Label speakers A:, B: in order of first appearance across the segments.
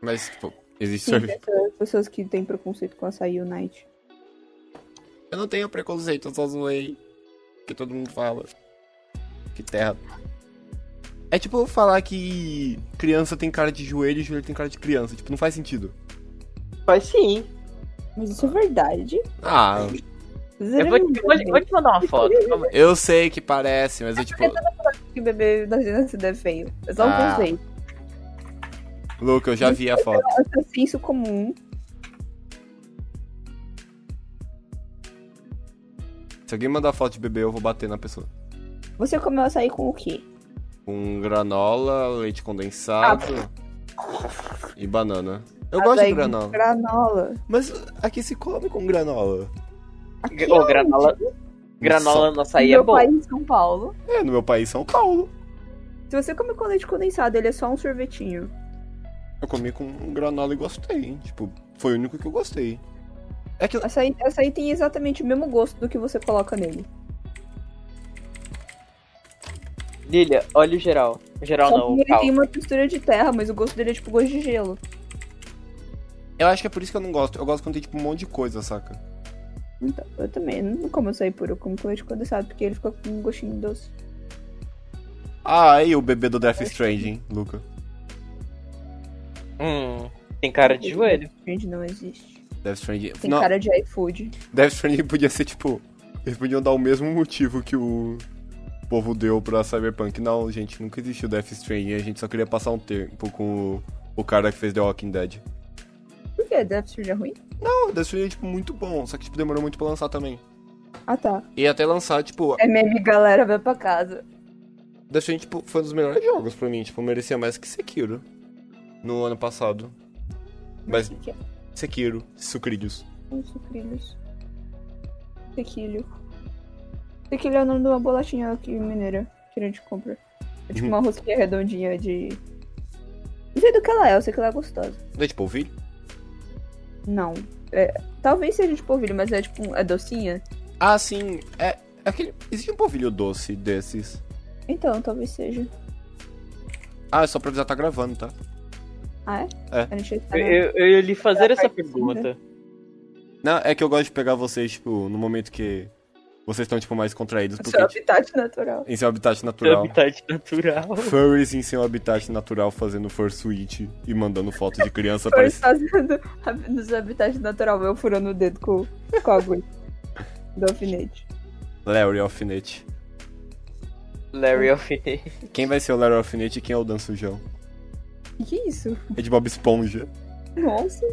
A: Mas, tipo, existe
B: Sim,
A: sorvete.
B: pessoas, pessoas que têm preconceito com açaí Unite.
A: Eu não tenho preconceito, eu só zoei. Que todo mundo fala. Que terra. É tipo eu falar que criança tem cara de joelho e joelho tem cara de criança. Tipo, não faz sentido.
C: Faz sim.
B: Mas isso é verdade. é
A: Ah,
C: Eu vou
B: um
C: te, vou te- vou te mandar uma foto. calma aí.
A: eu sei que parece, mas eu, tipo.
B: que bebê da nascida é feio. É só um
A: Ah.
B: conceito.
A: Luca, eu já vi a foto.
B: É um senso comum.
A: Se alguém mandar foto de bebê, eu vou bater na pessoa.
B: Você comeu açaí com o quê?
A: Com granola, leite condensado e banana. Eu gosto
B: Açaí
A: de
B: com
A: granola.
B: Granola.
A: Mas aqui se come com granola.
B: Aqui,
C: Ô,
B: ó,
C: granola. Granola no açaí é
B: meu
C: bom.
B: país, São Paulo.
A: É, no meu país, São Paulo.
B: Se você comer com leite condensado, ele é só um sorvetinho.
A: Eu comi com granola e gostei. hein? Tipo, foi o único que eu gostei. É que.
B: Açaí, açaí tem exatamente o mesmo gosto do que você coloca nele.
C: Lilia, olha o geral. O geral
B: Só
C: não,
B: que
C: o
B: ele tem
C: caldo.
B: uma textura de terra, mas o gosto dele é tipo gosto de gelo.
A: Eu acho que é por isso que eu não gosto. Eu gosto quando tem, tipo, um monte de coisa, saca?
B: Então, eu também não como açaí puro, eu como com leite condensado, porque ele fica com um gostinho doce.
A: Ah, aí o bebê do Death Stranding, Luca.
C: Hum, tem cara de joelho.
B: Gente, não existe.
A: Death Stranding.
B: Tem
A: não,
B: cara de iFood.
A: Death Stranding podia ser, tipo. Eles podiam dar o mesmo motivo que o povo deu pra Cyberpunk. Não, gente, nunca existiu Death Stranding. A gente só queria passar um tempo com o, o cara que fez The Walking Dead.
B: Por que? Death Stranding é ruim?
A: Não, Death Stranding é, tipo, muito bom. Só que, tipo, demorou muito pra lançar também.
B: Ah, tá.
A: E até lançar, tipo,
B: É meme, galera, vai pra casa.
A: Death Stranding, tipo, foi um dos melhores jogos pra mim. Tipo, merecia mais que Sekiro. No ano passado. Mas
B: O que é?
A: Sekiro, Sucrilhos.
B: Os sucrilhos. Tequilho. Tequilho é o nome de uma bolachinha aqui mineira que a gente compra. É tipo
A: Uhum.
B: uma rosquinha redondinha de. Não sei do que ela é, eu sei que ela é gostosa.
A: Não é tipo ouvir?
B: Não. É, talvez seja de polvilho, mas é tipo. um- É docinha?
A: Ah, sim. É, é aquele... Existe um polvilho doce desses.
B: Então, talvez seja.
A: Ah, é só pra avisar tá gravando, tá?
B: Ah, Tá é?
A: É.
B: A gente tá
C: Eu, eu, eu ia lhe fazer essa
B: né?
C: pergunta.
A: Não, é que eu gosto de pegar vocês, tipo, no momento que vocês estão, tipo, mais contraídos.
B: no
A: Porque,
B: seu
A: tipo,
B: habitat natural.
A: em seu habitat natural.
C: Habitat natural.
A: Furries em seu habitat natural fazendo fursuit e mandando foto de criança
B: Foi
A: parecendo.
B: fazendo hab- no seu habitat natural, eu furando o dedo com, com a agulha do alfinete.
A: Larry Alfinete.
C: Larry Alfinete.
A: Quem vai ser o Larry Alfinete e quem é o Dan Sujão?
B: Que que é isso?
A: É de Bob Esponja.
B: Nossa.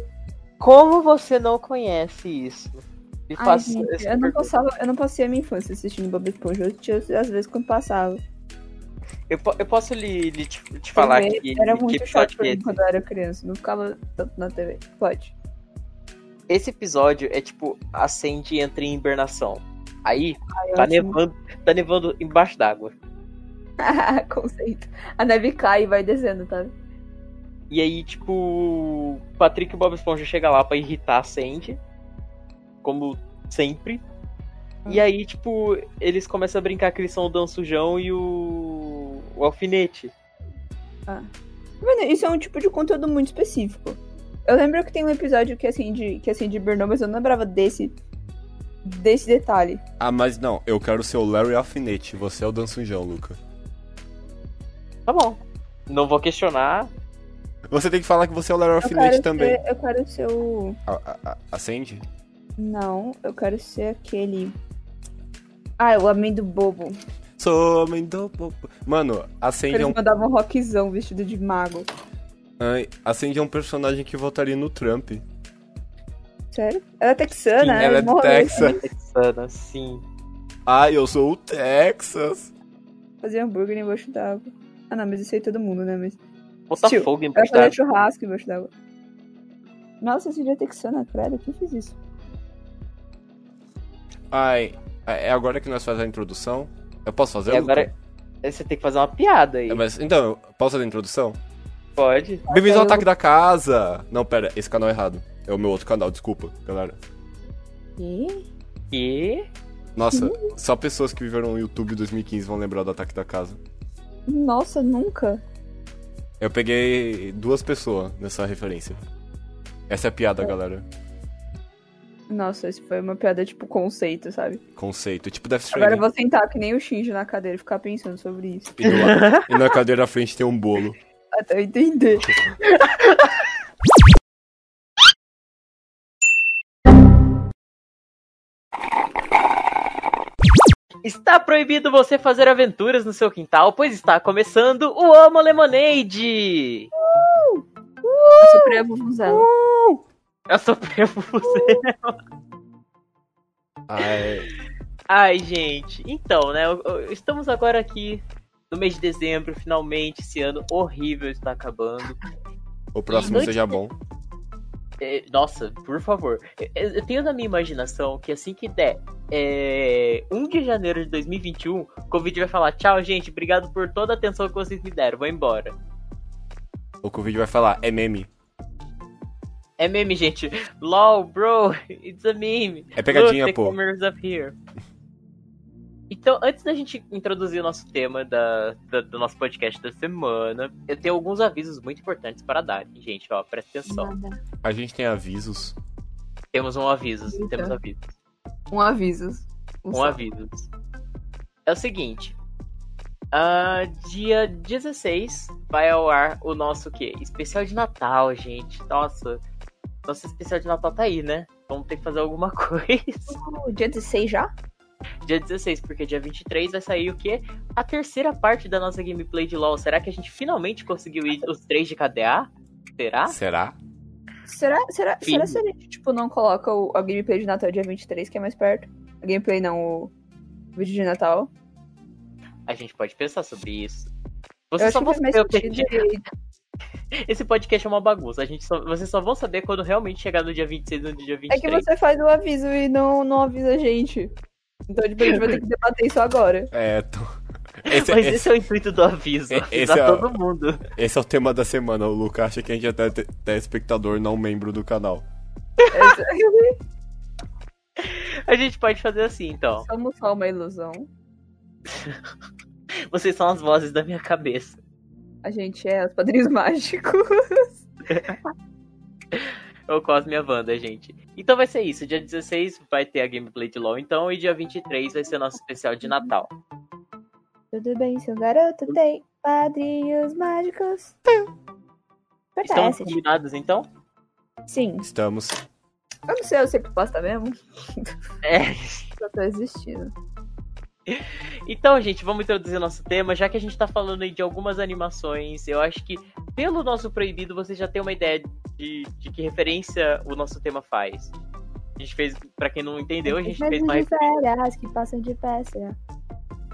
C: Como você não conhece isso? Me
B: Ai,
C: faça
B: gente,
C: essa
B: eu, não
C: pergunta.
B: passava, eu não passei a minha infância assistindo Bob Esponja. Eu tinha, às vezes, quando passava.
C: Eu, po- eu posso lhe, lhe te, te falar
B: TV
C: que,
B: é, era
C: que
B: muito chato
C: episódio
B: pra
C: que é
B: mim
C: esse?
B: quando eu era criança. Não ficava tanto na TV. Pode.
C: Esse episódio é tipo, acende e entra em hibernação. Aí,
B: Ai,
C: tá
B: ótimo.
C: nevando, tá nevando embaixo d'água.
B: Conceito. A neve cai e vai descendo, tá?
C: E aí, tipo, Patrick e Bob Esponja chega lá pra irritar a Sandy. Como sempre. E aí, tipo, eles começam a brincar que eles são o Dan Sujão e o. o Alfinete.
B: Tá vendo? Isso é um tipo de conteúdo muito específico. Eu lembro que tem um episódio que assim de que assim de Bernou, mas eu não lembrava desse desse detalhe.
A: Ah, mas não, eu quero ser o Larry Alfinete, você é o Dan Sujão, Luca.
C: Tá bom. Não vou questionar.
A: Você tem que falar que você é o Larry
B: Eu
A: Alfinete
B: quero
A: também.
B: ser, eu quero ser o
A: A- a- a- Acende?
B: não, eu quero ser aquele Ah, o homem do bobo.
A: Sou homem do povo. Mano, Acende é,
B: Eles
A: um,
B: mandavam um rockzão vestido de mago.
A: ai, Acende é um personagem que votaria no Trump.
B: Sério? Ela é texana,
C: Sim,
B: né?
A: ela é do
B: Mó rolê.
A: Texas.
C: Texana, sim.
A: Ah, eu sou o Texas.
B: Fazia hambúrguer embaixo d'água. Ah, não, mas isso aí todo mundo, né? Mas
C: Botar
B: Tio,
C: fogo em
B: ela fazia
C: d'água.
B: churrasco embaixo d'água. Nossa, esse dia é texana, credo. Quem fez isso?
A: Ai, é agora que nós fazemos a introdução? Eu posso fazer?
C: E
A: Luca?
C: É agora aí você tem que fazer uma piada aí.
A: É, mas, então, eu posso fazer a introdução?
C: Pode.
A: Bem-vindos ao
B: eu-
A: Ataque da Casa! Não, pera, esse canal é errado. É o meu outro canal, desculpa, galera.
B: E?
C: E
A: Nossa,
B: Uhum.
A: só pessoas que viveram no YouTube 2015 vão lembrar do Ataque da Casa.
B: Nossa, nunca.
A: Eu peguei duas pessoas nessa referência. Essa é a piada, galera.
B: Nossa, isso foi uma piada tipo conceito, sabe?
A: Conceito. Tipo Death
B: Agora
A: Stranding.
B: eu vou sentar que nem o Shinji na cadeira e ficar pensando sobre isso.
A: E, do la- e na cadeira à frente tem um bolo.
B: Até eu entender.
C: Está proibido você fazer aventuras no seu quintal, pois está começando o Amo Lemonade!
B: Sobre a Vuvuzela.
C: Eu sou Prevo você.
A: Ah, Ai,
C: Ai, gente. Então, né? eu- eu- Estamos agora aqui no mês de dezembro, finalmente. Esse ano horrível está acabando.
A: o próximo seja bom.
C: É, Nossa, por favor. É, Eu eu tenho na minha imaginação que assim que der é, 1 de janeiro de 2021, o um, Covid vai falar: tchau, gente, obrigado por toda a atenção que vocês me deram, vou embora.
A: O que o vídeo vai falar é meme.
C: É meme, gente. LOL, bro, it's a meme.
A: É pegadinha,
C: Look, the
A: pô.
C: cameras up here. Então, antes da gente introduzir o nosso tema da, da- do nosso podcast da semana, eu tenho alguns avisos muito importantes para dar. Gente, ó, presta atenção.
A: A gente tem avisos.
C: Temos um aviso,
B: Eita.
C: temos aviso.
B: Um aviso.
C: Um aviso. É o seguinte. ah, dia 16 vai ao ar o nosso quê? Especial de Natal, gente. Nossa. Nosso especial de Natal tá aí, né? Vamos ter que fazer alguma coisa.
B: aviso. Dia 16 já?
C: Dia 16, porque dia 23 vai sair o quê? A terceira parte da nossa gameplay de LoL. Será que a gente finalmente conseguiu ir os três de KDA? Será?
A: Será?
B: Será, será, será
C: Filho.
B: se a gente, tipo, não coloca o, a gameplay de Natal dia 23, que é mais perto? A gameplay não, o vídeo de Natal.
C: A gente pode pensar sobre isso.
B: eu
C: Você
B: acho
C: só
B: que
C: vai
B: faz mais
C: saber o que
B: sentido É
C: que é
B: ele-
C: Esse podcast é uma bagunça. A gente só, vocês só vão saber quando realmente chegar no dia 26 ou no dia
B: É que
C: 23.
B: você faz o aviso e não, não avisa a gente. Então, tipo, a gente vai ter que debater isso agora.
A: É, tô... esse,
C: Mas
A: esse-
C: esse é o intuito do aviso.
A: É,
C: Avisar
A: esse é o-
C: todo mundo.
A: esse é o tema da semana. O Luca acha que a gente é te- telespectador, não membro do canal.
B: É,
C: A gente pode fazer assim, então.
B: Somos só uma ilusão.
C: Vocês são as vozes da minha cabeça.
B: A gente é os padrinhos mágicos.
C: Eu Cosme e a Wanda, gente. Então vai ser isso. Dia 16 vai ter a gameplay de LoL, então. E dia 23 vai ser nosso especial de Natal.
B: Tudo bem, seu garoto tem padrinhos mágicos.
C: Então, Estamos
B: Pertence.
C: combinados, então?
B: Sim.
A: Estamos.
B: Eu não sei, eu sempre posto mesmo.
C: É.
B: Só tô existindo.
C: Então, gente, vamos introduzir nosso tema. Já que a gente tá falando aí de algumas animações, eu acho que pelo nosso proibido você já tem uma ideia de, de que referência o nosso tema faz. A gente fez, pra quem não entendeu, a gente fez uma
B: de
C: referência.
B: férias que passam de peça. né?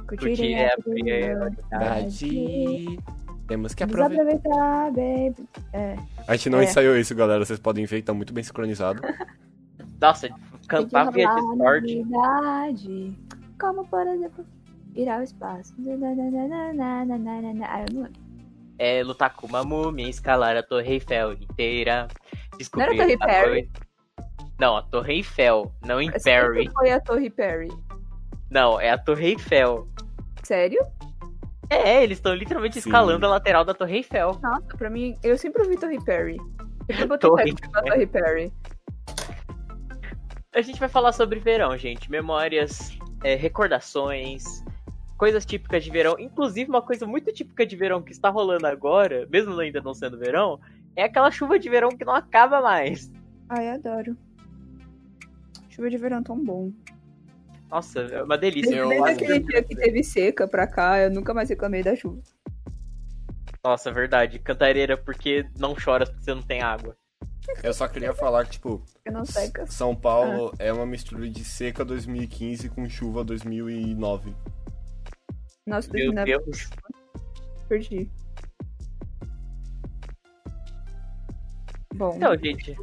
C: Curtirem a é
B: prioridade.
A: Temos que
B: Vamos aproveitar né? bem.
A: A gente não
B: É.
A: ensaiou isso, galera. Vocês podem ver que tá muito bem sincronizado.
C: Nossa, cantar via
B: é- rolar né, na
C: Discord.
B: verdade. Como, por exemplo, ir ao espaço. Nananana. Ah, eu não lembro.
C: É lutar com uma múmia, escalar a Torre Eiffel inteira. Descobrir
B: Não era Torre
C: essa
B: Perry?
C: coisa. Não, a Torre Eiffel, não em Perry.
B: Sempre foi a Torre Perry.
C: Não, é a Torre Eiffel.
B: Sério?
C: É, eles estão literalmente
A: Sim.
C: escalando a lateral da Torre Eiffel.
B: Nossa, pra mim, eu sempre ouvi Torre Perry. Sempre botei
C: Torre
B: fé pra Torre Perry.
C: A gente vai falar sobre verão, gente. Memórias, é, recordações, coisas típicas de verão. Inclusive, uma coisa muito típica de verão que está rolando agora, mesmo ainda não sendo verão, é aquela chuva de verão que não acaba mais.
B: Ai, adoro. Chuva de verão é tão bom.
C: Nossa, é uma delícia.
B: Desde,
A: Eu
B: desde
A: acho
B: aquele dia que teve seca pra cá, eu nunca mais reclamei da chuva.
C: Nossa, verdade. Cantareira, porque não choras porque você não tem água.
A: Eu só queria falar que, tipo,
B: Eu não seca.
A: São Paulo é uma mistura de seca 2015 com chuva 2009.
B: Nossa,
C: Meu
B: 2009
C: Deus.
B: perdi. Bom,
C: Então, gente.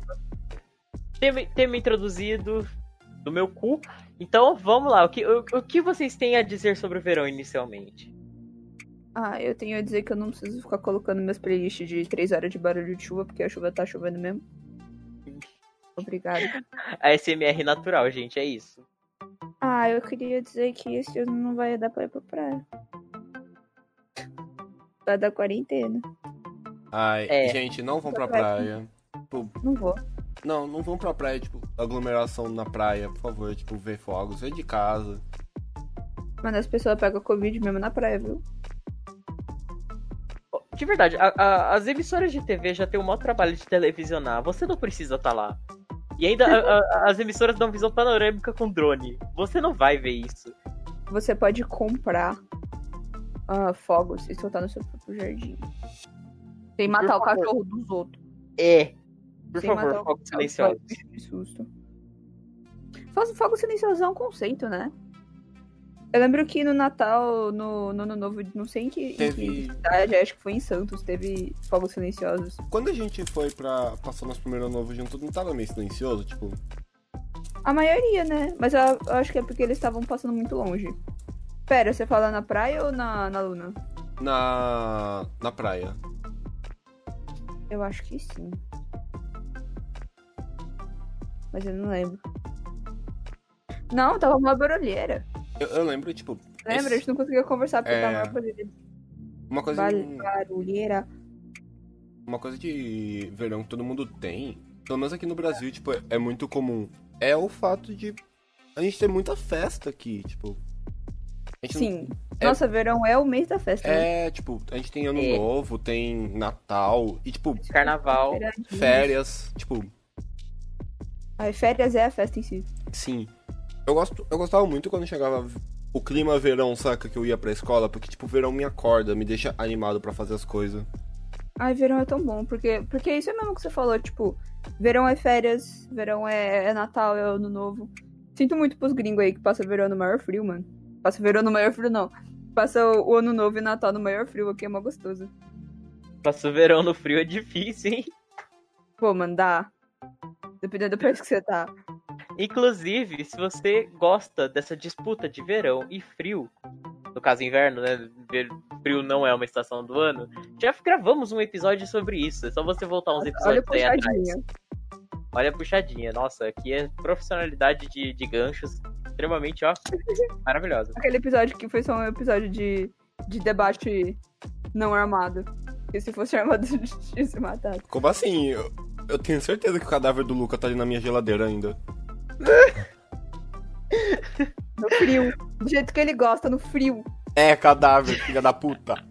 C: Tema, tema introduzido do meu cu. Então, vamos lá. O que, o, o que vocês têm a dizer sobre o verão inicialmente?
B: ah, eu tenho a dizer que eu não preciso ficar colocando minhas playlists de 3 horas de barulho de chuva, porque a chuva tá chovendo mesmo. Obrigada.
C: A SMR natural, gente, é isso.
B: Ah, eu queria dizer que esse ano não vai dar pra ir pra praia. Vai dar quarentena.
A: Ai,
C: É.
A: gente, não vão pra
B: Pra
A: praia. Tipo,
B: Não vou.
A: não, não vão pra praia, tipo, aglomeração na praia, por favor, tipo, ver fogos, vem de casa.
B: Mano, as pessoas pegam Covid mesmo na praia, viu?
C: De verdade, a- a- as emissoras de TV já têm o maior trabalho de televisionar. Você não precisa estar lá. E ainda a- a- as emissoras dão visão panorâmica com drone. Você não vai ver isso.
B: Você pode comprar ah, fogos e soltar no seu próprio jardim. Sem matar o
C: favor.
B: cachorro dos outros.
C: É. Por
B: sem
C: favor,
B: matar o
C: foco
B: cachorro,
C: silencioso.
B: só bicho de susto. Faz- Fogo silencioso é um conceito, né? Eu lembro que no Natal, no, no Ano Novo, não sei em que, em que
A: Teve-
B: cidade, acho que foi em Santos, teve fogos silenciosos.
A: Quando a gente foi pra passar nosso primeiro ano novo junto, não tava meio silencioso, tipo,
B: A maioria, né? Mas eu, eu acho que é porque eles estavam passando muito longe. Pera, você fala na praia ou na, na luna?
A: na, na praia.
B: Eu acho que sim. Mas eu não lembro. Não, tava uma barulheira.
A: Eu, eu lembro, tipo,
B: Lembra?
A: Esse-
B: A gente não conseguia conversar porque
A: É.
B: tava uma barulheira.
A: uma coisa,
B: Bar- barulheira.
A: uma coisa de verão que todo mundo tem, pelo menos aqui no Brasil, tipo, é, é muito comum, é o fato de a gente ter muita festa aqui, tipo. A gente não-
B: Sim.
A: É.
B: Nossa, verão é o mês da festa. né?
A: É, tipo, a gente tem ano
C: É.
A: novo, tem Natal e, tipo,
C: Carnaval.
B: Férias.
A: férias. Tipo,
B: Ai, férias é a festa em si.
A: sim. Eu, gosto, eu gostava muito quando chegava o clima verão, saca? Que eu ia pra escola, porque, tipo, o verão me acorda, me deixa animado pra fazer as coisas.
B: Ai, verão é tão bom, porque, porque isso é mesmo que você falou, tipo, verão é férias, verão é, é Natal, é Ano Novo. Sinto muito pros gringos aí que passa verão no maior frio, mano. Passa verão no maior frio, não. Passa o, o Ano Novo e Natal no maior frio, aqui é mó gostoso.
C: Passa o verão no frio é difícil, hein?
B: Pô, mano, dá. Dependendo do país que você tá.
C: Inclusive, se você gosta dessa disputa de verão e frio, no caso inverno, né? ver- Frio não é uma estação do ano. Já gravamos um episódio sobre isso. É só você voltar uns
B: Olha a
C: episódios tá aí atrás.
B: puxadinha.
C: Olha a puxadinha. Nossa, aqui é profissionalidade de, de ganchos extremamente, ó, maravilhosa.
B: Aquele episódio que foi só um episódio de, de debate não armado. Porque se fosse armado, a gente tinha se matado.
A: Como assim? Eu, eu tenho certeza que o cadáver do Luca tá ali na minha geladeira ainda.
B: No frio. Do jeito que ele gosta, no frio.
A: É, cadáver, filha da puta.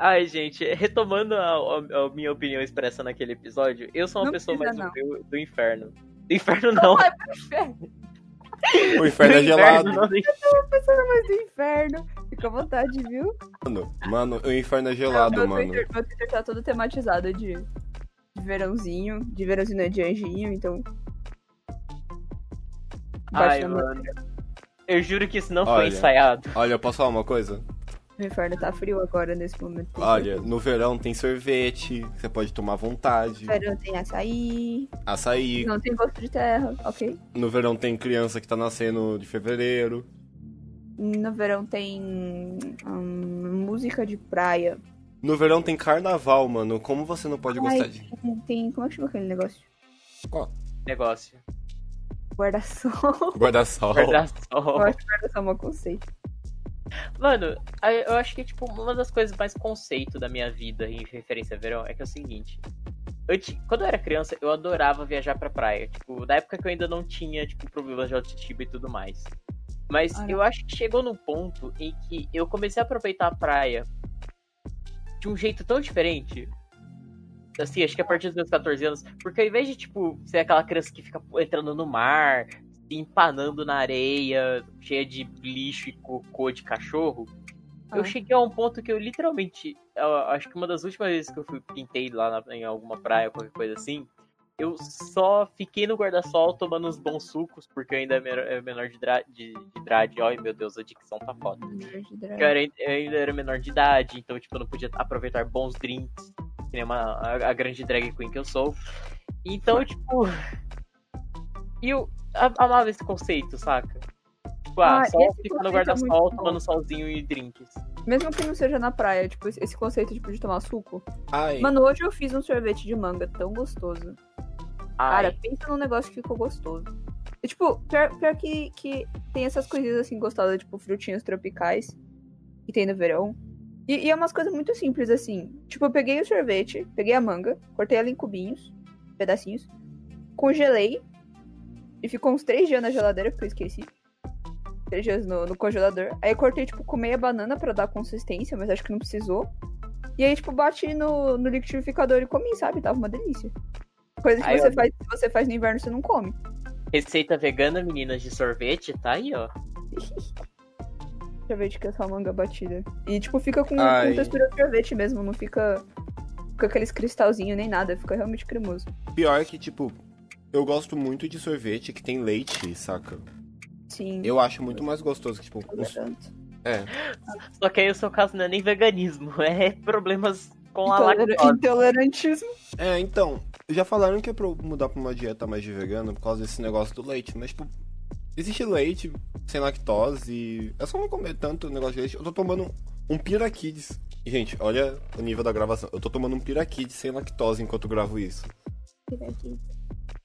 C: Ai, gente, retomando a, a- a minha opinião expressa naquele episódio, eu sou uma
B: Não
C: pessoa
B: precisa,
C: mais do,
B: não.
C: frio- do inferno. Do inferno não.
B: Vai pro inferno.
A: O inferno é
C: Do inverno,
A: gelado.
C: não, do
B: Mas do inferno. Fica à vontade, viu?
A: Mano, mano, o inferno é gelado,
B: meu,
A: mano.
B: Twitter, meu Twitter tá todo tematizado de, de verãozinho. De verãozinho é de anjinho, então.
C: Ai,
B: Bate na mão.
C: mano. Eu juro que isso não
A: Olha.
C: foi ensaiado.
A: Olha, eu posso falar uma coisa?
B: O inferno tá frio agora nesse momento.
A: Olha, no verão tem sorvete, você pode tomar à vontade,
B: No verão tem açaí.
A: açaí.
B: Não tem gosto de terra, ok?
A: No verão tem criança que tá nascendo de fevereiro.
B: No verão tem. hum, música de praia.
A: No verão tem carnaval, mano. Como você não pode gostar
B: Ai,
A: de.
B: Tem. Como é que chama aquele negócio?
C: Negócio.
B: Guarda-sol.
A: Guarda-sol.
C: Guarda-sol.
B: Eu acho que guarda-sol é um conceito.
C: Mano, aí eu acho que, tipo, uma das coisas mais conceito da minha vida em referência a verão é que é o seguinte. Eu ti- Quando eu era criança, eu adorava viajar pra praia. Tipo, na época que eu ainda não tinha, tipo, problemas de autoestima e tudo mais. Mas
B: Ah, não.
C: eu acho que chegou num ponto em que eu comecei a aproveitar a praia de um jeito tão diferente. Assim, acho que a partir dos meus 14 anos. Porque ao invés de, tipo, ser aquela criança que fica entrando no mar, se empanando na areia, cheia de lixo e cocô de cachorro,
B: Ah.
C: eu cheguei a um ponto que eu literalmente. eu acho que uma das últimas vezes que eu fui pintei lá na- em alguma praia, qualquer coisa assim, eu só fiquei no guarda-sol tomando uns bons sucos, porque eu ainda era menor- era menor de idade. De, de idade. Ai meu Deus, a dicção tá foda. Porque eu, era, eu ainda era menor de idade, então tipo, eu não podia aproveitar bons drinks, que nem uma, a, a grande drag queen que eu sou. Então, tipo. E eu a- amava esse conceito, saca? Tipo, ah,
B: Ah,
C: só
B: esse
C: ficar no
B: conceito é
C: guarda-sol
B: muito bom.
C: tomando solzinho e drinks.
B: Mesmo que não seja na praia, tipo, esse conceito tipo, de tomar suco.
A: Ai,
B: Mano, hoje eu fiz um sorvete de manga tão gostoso. Cara,
C: Ai,
B: pensa num negócio que ficou gostoso. E, tipo, pior, pior que, que tem essas coisinhas assim gostosas, tipo, frutinhas tropicais que tem no verão. E, e é umas coisas muito simples, assim. Tipo, eu peguei o sorvete, peguei a manga, cortei ela em cubinhos, pedacinhos, congelei. E ficou uns três dias na geladeira, porque eu esqueci. Três dias no, no congelador. Aí eu cortei, tipo, com meia banana pra dar consistência, mas acho que não precisou. E aí, tipo, bati no, no liquidificador e comi, sabe? Tava uma delícia. Coisa que
C: Ai,
B: você
C: eu
B: faz, se você faz no inverno, você não come.
C: Receita vegana, meninas, de sorvete, tá aí, ó.
B: Sorvete com essa manga batida. E, tipo, fica com,
A: Ai.
B: com textura de sorvete mesmo, não fica com aqueles cristalzinhos nem nada, fica realmente cremoso.
A: Pior que, tipo, eu gosto muito de sorvete que tem leite, saca?
B: Sim.
A: Eu acho muito mais gostoso que, tipo,
B: não é
A: uns...
B: tanto.
A: é.
C: Só que aí o seu caso não é nem veganismo, é problemas com a
B: Intoler-
C: lactose.
B: Intolerantismo.
A: É, então, já falaram que é pra eu mudar pra uma dieta mais de vegano por causa desse negócio do leite, mas, tipo, existe leite sem lactose. É só não comer tanto negócio de leite. Eu tô tomando um Piraquides. E, Gente, olha o nível da gravação. Eu tô tomando um Piraquides sem lactose enquanto gravo isso.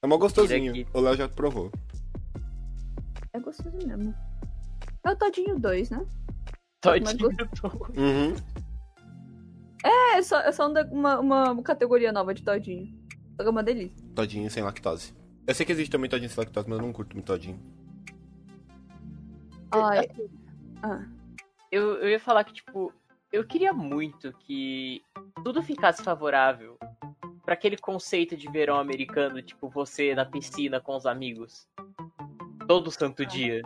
A: É mó gostosinho.
C: Piraquides.
A: O Léo já provou.
B: É gostoso mesmo. É o Todinho 2, né?
C: Todinho todo.
A: Uhum.
B: É, é só, é só um da- uma, uma categoria nova de Todinho. Só que é uma delícia.
A: Todinho sem lactose. Eu sei que existe também todinho sem lactose, mas eu não curto muito todinho.
B: Ai. Ah,
C: eu, eu ia falar que, tipo, eu queria muito que tudo ficasse favorável pra aquele conceito de verão americano, tipo, você na piscina com os amigos. Todo santo dia.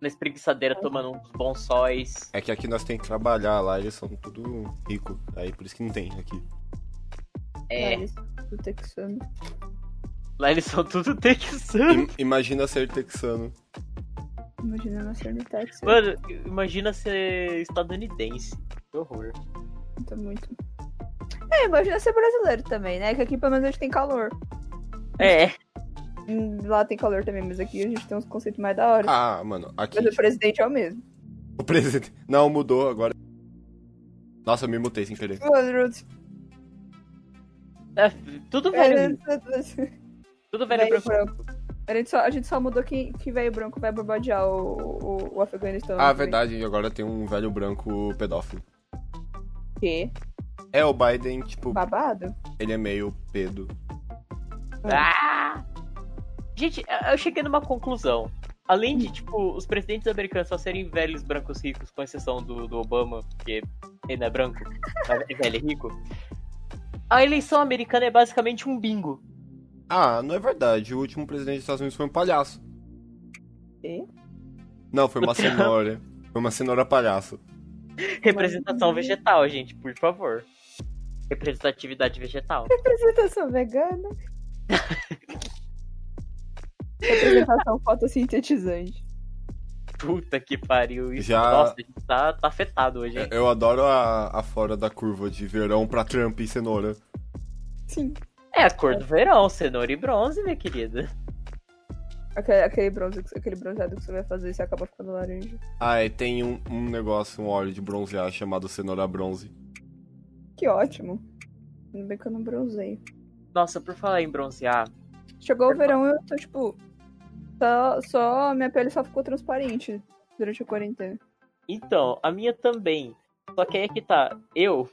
C: Na espreguiçadeira tomando uns bons sóis.
A: É que aqui nós temos que trabalhar lá, eles são tudo rico. Aí por isso que não tem aqui.
C: É,
B: Alice, do texano.
C: lá eles são tudo texano.
A: I- imagina ser texano.
B: Imagina nascer no Texas.
C: Mano, imagina ser estadunidense. Que horror.
B: Sinto Tá muito. É, imagina ser brasileiro também, né? Que aqui pelo menos a gente tem calor.
C: É,
B: Hum, Lá tem calor também, mas aqui a gente tem uns conceitos mais da hora.
A: Ah, mano, aqui.
B: mas o presidente é o mesmo.
A: O presidente. Não, mudou agora. Nossa, eu me mutei sem querer.
B: Mano,
C: é, tudo velho,
B: velho
C: tudo velho branco.
B: branco. A gente, só, a gente só mudou que, que velho branco vai bombardear o, o, o Afeganistão. né?
A: Ah,
B: também.
A: verdade, e agora tem um velho branco pedófilo.
B: Que
A: É, o Biden, tipo,
B: babado.
A: ele é meio pedo.
C: Ah! Gente, eu cheguei numa conclusão. Além de, tipo, os presidentes americanos só serem velhos brancos ricos, com exceção do, do Obama, porque ele não é branco, mas é velho e rico, a eleição americana é basicamente um bingo.
A: Ah, não é verdade. O último presidente dos Estados Unidos foi um palhaço.
B: E?
A: Não, foi uma
C: O Trump.
A: cenoura. Foi uma cenoura palhaço.
C: Representação vegetal, gente, por favor. Representatividade vegetal.
B: Representação tá vegana. Representação fotossintetizante.
C: Puta que pariu. Isso,
A: Já-
C: Nossa, a gente tá, tá afetado hoje, hein?
A: Eu adoro a, a fora da curva de verão pra Trump e cenoura.
B: Sim.
C: É a cor do verão, cenoura e bronze, minha querida.
B: Aquele, aquele, bronze, que- aquele bronzeado que você vai fazer, você acaba ficando laranja.
A: Ah, e tem um, um negócio, um óleo de bronzear chamado cenoura bronze.
B: Que ótimo. Ainda bem que eu não bronzei.
C: Nossa, por falar em bronzear,
B: Chegou o verão e eu tô, tipo. Só, só. Minha pele só ficou transparente durante a quarentena.
C: Então, a minha também. Só que aí é que tá. Eu,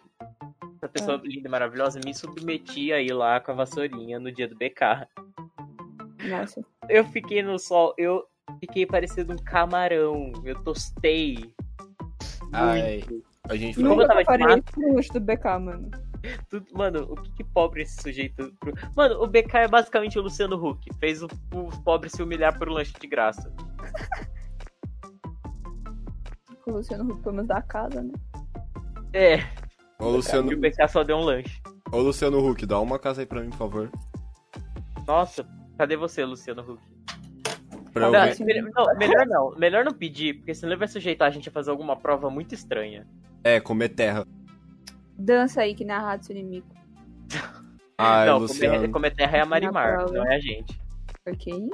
C: essa pessoa linda e maravilhosa, me submeti aí lá com a vassourinha no dia do BK.
B: Nossa.
C: Eu fiquei no sol, eu fiquei parecendo um camarão. Eu tostei.
A: Ai, a gente foi.
C: Como
B: Nunca
C: eu tava de
B: parei
C: máscara?
B: pro luxo do BK, mano.
C: Tudo- Mano, o que, que pobre esse sujeito. pro- Mano, o BK é basicamente o Luciano Huck. Fez o- os pobres se humilhar por um lanche de graça.
B: Com o Luciano Huck, pelo menos da casa, né?
C: É,
A: Ô, Luciano,
C: e o BK só deu um lanche.
A: ô, Luciano Huck, dá uma casa aí pra mim, por favor.
C: Nossa, cadê você, Luciano Huck?
A: Pra eu
C: Não,
A: ver.
B: Sim.
C: melhor- não, é melhor não. Melhor não pedir, porque senão ele vai sujeitar a gente a fazer alguma prova muito estranha.
A: É, comer terra.
B: Dança aí que narrado seu inimigo.
A: Ai,
C: não,
A: Ah, Luciano.
C: comer, comer terra é a
B: Na
C: Marimar,
B: prova.
C: não é a gente.
B: Ok?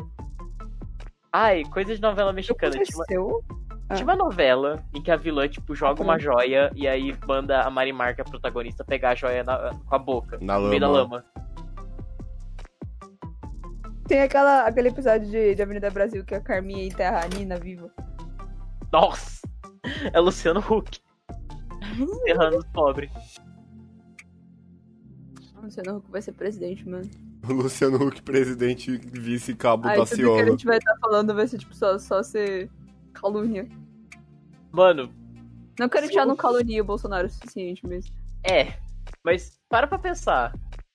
C: Ai, coisa de novela mexicana. Tinha uma,
B: Aconteceu? Ah.
C: tinha uma novela em que a vilã, tipo, joga uma
B: Ah.
C: joia e aí manda a Marimar, que é a protagonista, pegar a joia na- com a boca.
A: Na
C: No meio da
A: lama.
C: lama.
B: Tem aquela, aquele episódio de, de Avenida Brasil que a Carminha enterra a Nina viva.
C: Nossa! É Luciano Huck. enterrando os pobres.
B: O Luciano Huck vai ser presidente, mano.
A: O Luciano Huck, presidente vice-cabo
B: Aí
A: da
B: tudo Ah, que a
A: Ciola.
B: gente vai estar falando vai ser, tipo, só, só ser calúnia.
C: Mano,
B: Não quero que
C: Sim.
B: já não calunie o Bolsonaro o suficiente, mas...
C: é. Mas para pra pensar.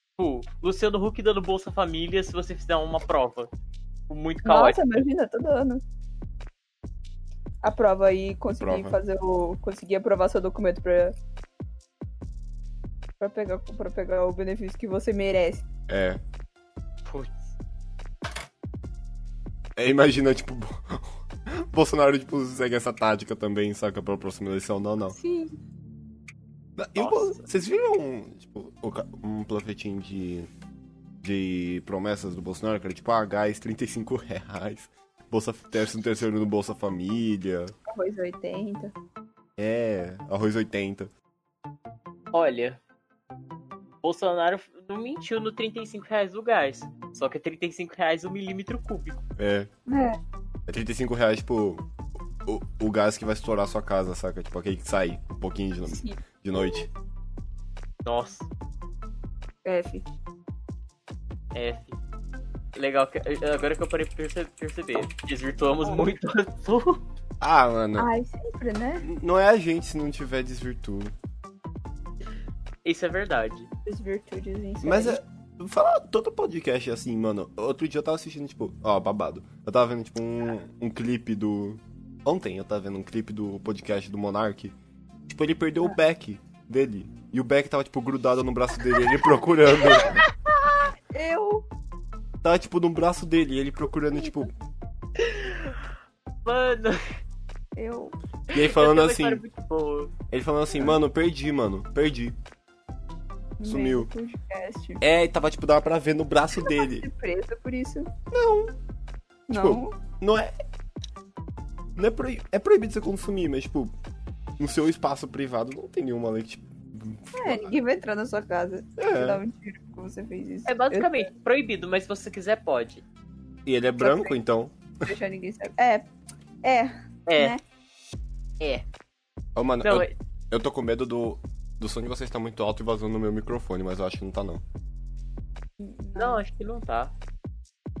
C: Tipo, Luciano Huck dando Bolsa Família se você fizer uma prova. Tipo, Muito caótico.
B: Nossa, imagina, todo ano. A prova aí, conseguir
A: Prova.
B: fazer o... Conseguir aprovar seu documento pra... Pra pegar, pra pegar o benefício que você merece.
A: É.
C: Putz.
A: É, Imagina, tipo, Bolsonaro, tipo, segue essa tática também, saca, pra próxima eleição. Não, não.
B: Sim.
A: E o
C: Nossa.
A: Bo- vocês viram, tipo, o ca- um panfletinho de, de promessas do Bolsonaro, que era tipo, ah, gás, 35 reais, bolsa, terceiro, terceiro no Bolsa Família,
B: Arroz 80.
A: é, arroz 80.
C: Olha. Bolsonaro não mentiu no 35 reais do gás. Só que é 35 reais o milímetro cúbico.
A: É,
B: É.
A: é 35 reais, tipo, o, o gás que vai estourar a sua casa, saca? Tipo, aquele que sai um pouquinho de,
B: Sim.
A: de noite.
C: Nossa,
B: F.
C: F. Legal, que- agora que eu parei pra perce- perceber. Desvirtuamos muito o assunto.
A: Ah, mano,
B: Ai, sempre, né?
A: não é a gente se não tiver desvirtudo.
C: Isso é verdade.
B: As virtudes em si.
A: Mas é. Fala, todo podcast é assim, mano. Outro dia eu tava assistindo, tipo, ó, babado. Eu tava vendo, tipo, um, um clipe do. Ontem eu tava vendo um clipe do podcast do Monark. Tipo, ele perdeu o back dele. E o back tava, tipo, grudado no braço dele, ele procurando.
B: Eu...
A: tava, tipo, no braço dele, ele procurando, tipo.
C: Mano,
B: Eu...
A: E aí falando
C: essa
A: assim.
C: história é muito boa.
A: Ele falando assim, mano, perdi, mano, perdi. Sumiu.
B: invento Podcast.
A: É, e tava, tipo, dava pra ver no braço dele.
B: Fui presa por isso.
A: Tipo,
B: Não.
A: Não é. Não é, proib... é proibido você consumir, mas, tipo, no seu espaço privado não tem nenhuma lei que, tipo.
B: é, ninguém vai entrar na sua casa. Te
A: É.
B: dá um tiro porque você fez isso.
C: É basicamente proibido, mas se você quiser, pode.
A: E ele é branco, então.
B: Eu não deixar ninguém saber. É. É.
C: É.
B: Né?
A: Ô, mano,
C: Não,
A: eu,
C: é-
A: eu tô com medo do. Do som de vocês tá muito alto e vazando no meu microfone, mas eu acho que não tá não.
C: não, acho que não tá.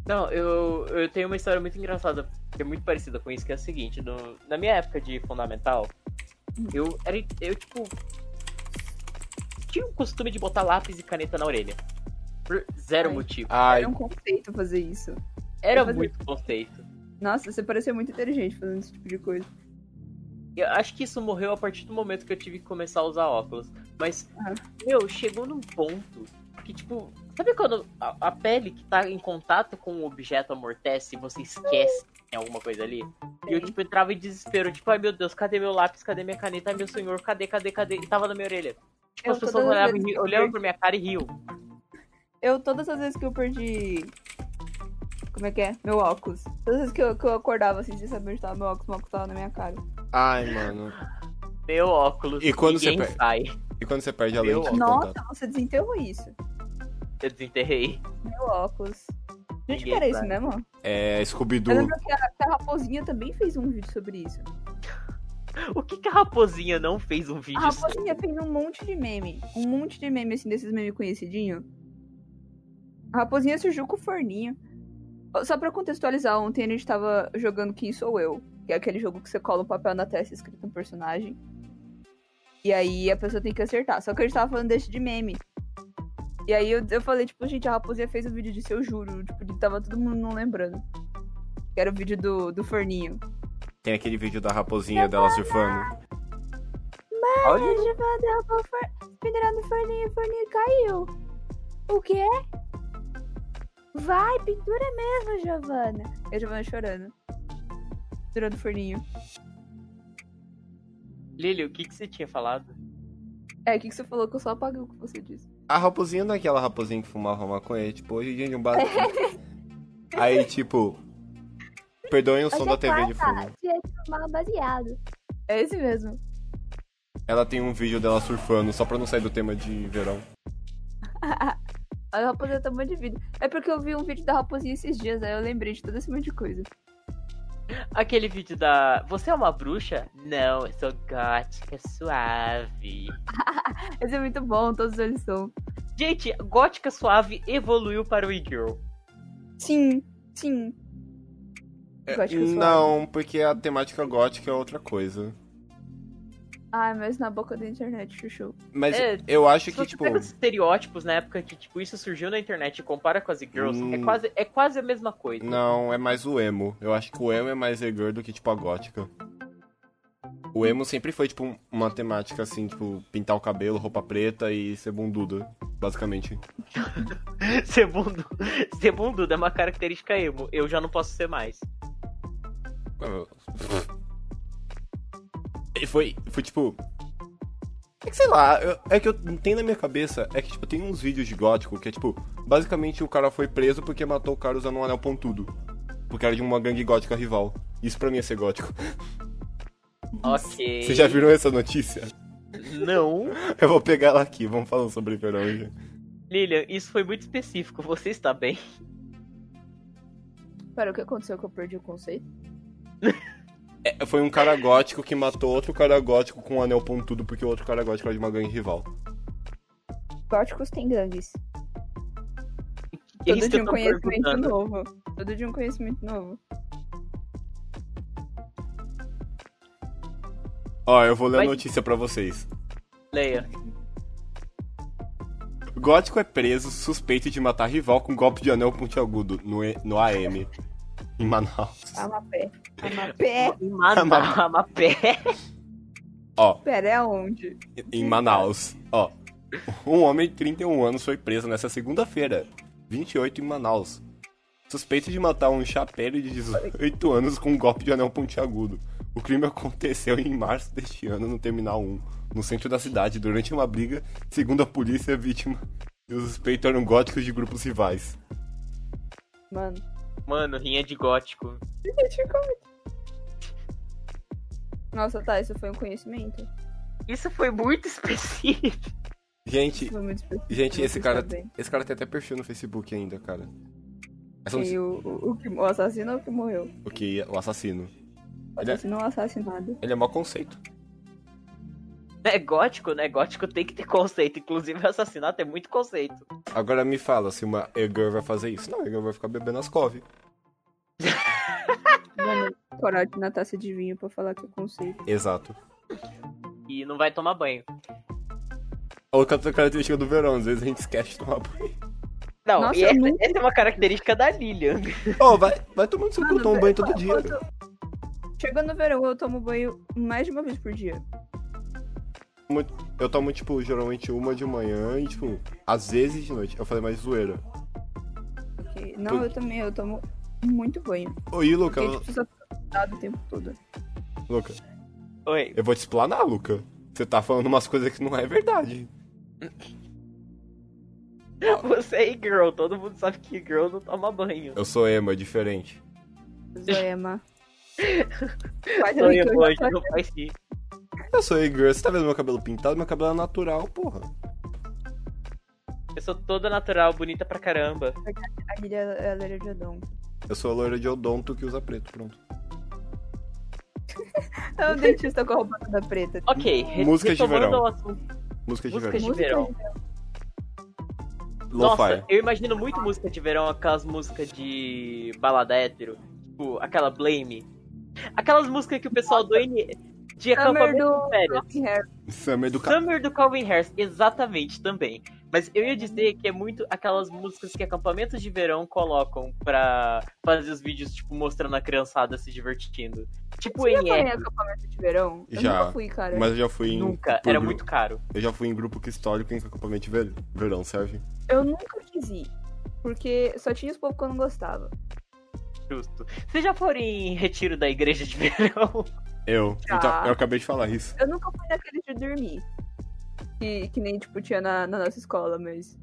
C: Não, eu, eu tenho uma história muito engraçada, que é muito parecida com isso, que é a seguinte, no- na minha época de fundamental,
B: Hum.
C: eu era. Eu tipo. Tinha o costume de botar lápis e caneta na orelha. Por zero
B: Ai.
C: motivo.
A: Ai,
B: Era um conceito fazer isso.
C: Era
B: Eu fazia-
C: muito conceito.
B: Nossa, você parecia muito inteligente fazendo esse tipo de coisa.
C: Eu acho que isso morreu a partir do momento que eu tive que começar a usar óculos. Mas,
B: Ah.
C: meu, chegou num ponto que, tipo, sabe quando a, a pele que tá em contato com um objeto amortece e você esquece que tem alguma coisa ali? E eu,
B: Sim.
C: tipo, entrava em desespero, tipo, ai meu Deus, cadê meu lápis, cadê minha caneta, ai meu senhor, cadê, cadê, cadê? E tava na minha orelha. Tipo,
B: Eu
C: as pessoas
B: todas as
C: olhavam, e
B: vezes
C: ri-
B: que eu
C: olhavam
B: perdi-
C: pra minha cara e riam.
B: Eu, todas as vezes que eu perdi. Como é que é? Meu óculos. Todas as vezes que eu, que eu acordava assim, sem saber onde tava meu óculos, meu óculos tava na minha cara.
A: ai, mano.
C: Meu óculos,
A: E quando você
C: ninguém
A: pe-
C: sai.
A: E quando você perde a
C: Meu
A: lente de
B: Nossa,
A: contato?
B: você desenterrou isso.
C: Eu desenterrei.
B: Meu óculos. Gente,
C: Ninguém
B: era isso
C: sabe.
B: mesmo?
A: É,
B: Eu
A: Scooby-Doo.
B: lembro que a, que a Raposinha também fez um vídeo sobre isso.
C: O que que a raposinha não fez um vídeo
B: A raposinha fez um monte de meme. Um monte de meme, assim, desses memes conhecidinho. A raposinha surgiu com o forninho. Ó, Só pra contextualizar, ontem a gente tava jogando Quem Sou Eu. Que é aquele jogo que você cola um papel na testa escrito um personagem. E aí a pessoa tem que acertar. Só que a gente tava falando desse de meme. E aí eu, eu falei, tipo, gente, a raposinha fez um vídeo disso, eu juro. Tipo, que tava todo mundo não lembrando. Que era o vídeo do, do forninho.
A: Tem aquele vídeo da raposinha dela surfando.
C: Olha,
B: derrubou o for... pendurou no forninho, o forninho caiu. O quê? Vai, pintura mesmo, Giovana. E É a Giovana chorando. Pendurando o forninho.
C: Lili, o que que você tinha falado?
B: É, o que, que você falou que eu só apaguei o que você disse?
A: A raposinha não é aquela raposinha que fumava maconha, tipo, hoje em dia um bar. Aí, tipo. Perdoem o som
C: é
A: da TV de fundo.
D: Tinha que
B: um
D: fumar baseado.
B: É esse mesmo.
A: Ela tem um vídeo dela surfando, só pra não sair do tema de verão.
B: A raposinha tá um monte de vida. É porque eu vi um vídeo da raposinha esses dias, aí eu lembrei de todo esse monte de coisa.
C: Aquele vídeo da. Você é uma bruxa? Não, eu sou gótica suave.
B: Esse é muito bom, todos eles são.
C: Gente, gótica suave evoluiu para o e-girl.
B: Sim, sim. Gótica suave.
A: É, Não, porque a temática gótica é outra coisa.
B: Ai, mas na boca da internet, chuchu.
A: Mas
C: É,
A: eu acho
C: Se
A: que,
C: você
A: tipo.
C: pega os estereótipos na época que, tipo, isso surgiu na internet e compara com as girls,
A: Hum.
C: é, quase, é quase a mesma coisa.
A: Não, é mais o emo. Eu acho que o emo é mais egor do que, tipo, a gótica. O emo sempre foi, tipo, um- uma temática, assim, tipo, pintar o cabelo, roupa preta e ser bunduda, basicamente.
C: Segundo, segundo, é uma característica emo. Eu já não posso ser mais.
A: E foi, foi, tipo... É que, sei lá, eu- é que eu tem na minha cabeça, é que, tipo, tem uns vídeos de gótico que é, tipo, basicamente o cara foi preso porque matou o cara usando um anel pontudo. Porque era de uma gangue gótica rival. Isso pra mim é ser gótico.
C: Ok.
A: Vocês já viram essa notícia?
C: Não.
A: Eu vou pegar ela aqui, vamos falando sobre verão hoje.
C: Lilian, isso foi muito específico. Você está bem?
B: Pera, o que aconteceu que eu perdi o conceito?
A: É, foi um cara gótico que matou outro cara gótico com um anel pontudo porque o outro cara gótico era de uma gangue rival.
B: Góticos tem gangues.
C: É
B: Todo de
C: isso que
B: um
C: eu tô
B: conhecimento
C: perguntando.
B: novo. Todo de um conhecimento novo.
A: Ó, eu vou ler a
C: Mas-
A: notícia pra vocês.
C: Leia.
A: Gótico é preso suspeito de matar rival com golpe de anel pontiagudo no, E- no AM em Manaus.
B: Amapé. Amapé.
A: Amapé.
C: Mano, Amapé.
A: Ó,
B: Pera, é onde?
A: em Manaus. Ó, um homem de 31 anos foi preso nessa segunda-feira, 28 em Manaus, suspeito de matar um chapéu de 18 anos com um golpe de anel pontiagudo. O crime aconteceu em março deste ano no Terminal 1, no centro da cidade, durante uma briga, segundo a polícia, a vítima e o suspeito eram góticos de grupos rivais.
B: Mano.
C: Mano, rinha de gótico.
B: Nossa, tá, isso foi um conhecimento.
C: Isso foi muito específico.
A: Gente,
B: Foi muito específico.
A: gente, esse
B: vocês
A: cara,
B: sabem.
A: esse cara tem até perfil no Facebook ainda, cara. Essa
B: Quem,
A: notícia-
B: o, o, o que- o assassino ou o que morreu?
A: O que? O assassino.
B: O
A: Ele é-
B: assassino ou o assassinado?
A: Ele é mau conceito.
C: É gótico, né? Gótico tem que ter conceito. Inclusive, assassinato é muito conceito.
A: Agora me fala se uma Egor vai fazer isso. Não, a Egor vai ficar bebendo as cove.
B: Mano, corote na taça de vinho pra falar que eu conceito.
A: Exato.
C: E não vai tomar banho.
A: Outra característica do verão, às vezes a gente esquece de tomar banho.
C: Não,
B: Nossa,
C: e
B: eu
C: essa,
B: nunca-
C: essa é uma característica da Lilian.
A: Ô, vai, vai tomando seu cu,
B: Mano,
A: toma
B: eu-
A: banho todo
B: eu-
A: dia.
B: eu-
A: velho.
B: Chegando no verão, eu tomo banho mais de uma vez por dia.
A: Eu tomo, tipo, geralmente uma de manhã e, tipo, às vezes de noite. Eu falei mais zoeira.
B: Porque- Não, eu também, eu tomo muito banho.
A: Oi, Luca.
B: Porque
C: Então
B: tipo, a gente precisa cuidar o tempo todo.
A: Luca,
C: Oi.
A: eu vou te explanar, Luca. Você tá falando umas coisas que não é verdade.
C: Você é girl. Todo mundo sabe que girl não toma banho.
A: Eu sou emo, é diferente.
B: Zoema. Quase
C: Não,
B: que
C: eu
B: eu
C: vou,
B: já tá tô-
C: não faz sim.
A: Eu sou Egor, você tá vendo meu cabelo pintado? Meu cabelo é natural, porra.
C: Eu sou toda natural, bonita pra caramba.
B: A ilha é a Leira de Adão.
A: Eu sou a loira de odonto que usa preto, pronto.
B: É o dentista com a roupa toda preta.
C: Ok, re-
A: Música de
C: retomando
A: verão.
C: ao assunto.
A: Música de
C: Música
A: verão.
C: de verão.
A: Lo-fi.
C: Nossa, eu imagino muito música de verão, aquelas músicas de balada hétero. Tipo, aquela Blame. Aquelas músicas que o pessoal do N... de
B: Summer
C: acampamento
B: do
C: de férias.
B: Rock Hair.
A: Summer é do ca...
C: Summer do Calvin Harris, exatamente, também. Mas eu ia dizer que é muito aquelas músicas que acampamentos de verão colocam pra fazer os vídeos, tipo, mostrando a criançada se divertindo. Tipo,
B: Você já
C: em
B: foi em
C: é,
B: acampamento de verão? Eu
A: Já,
B: nunca fui, cara.
A: Mas eu já fui em.
C: nunca,
A: por
C: era
A: gru-
C: muito caro.
A: Eu já fui em grupo que histórico em acampamento de ver- verão, serve?
B: Eu nunca quis ir. Porque só tinha os povos que eu não gostava.
C: Justo. Vocês já foram em retiro da igreja de verão?
A: Eu.
B: Já.
C: Tá.
A: Então, eu acabei de falar isso.
B: Eu nunca fui naquele de dormir. Que, que nem, tipo, tinha na, na nossa escola, mas.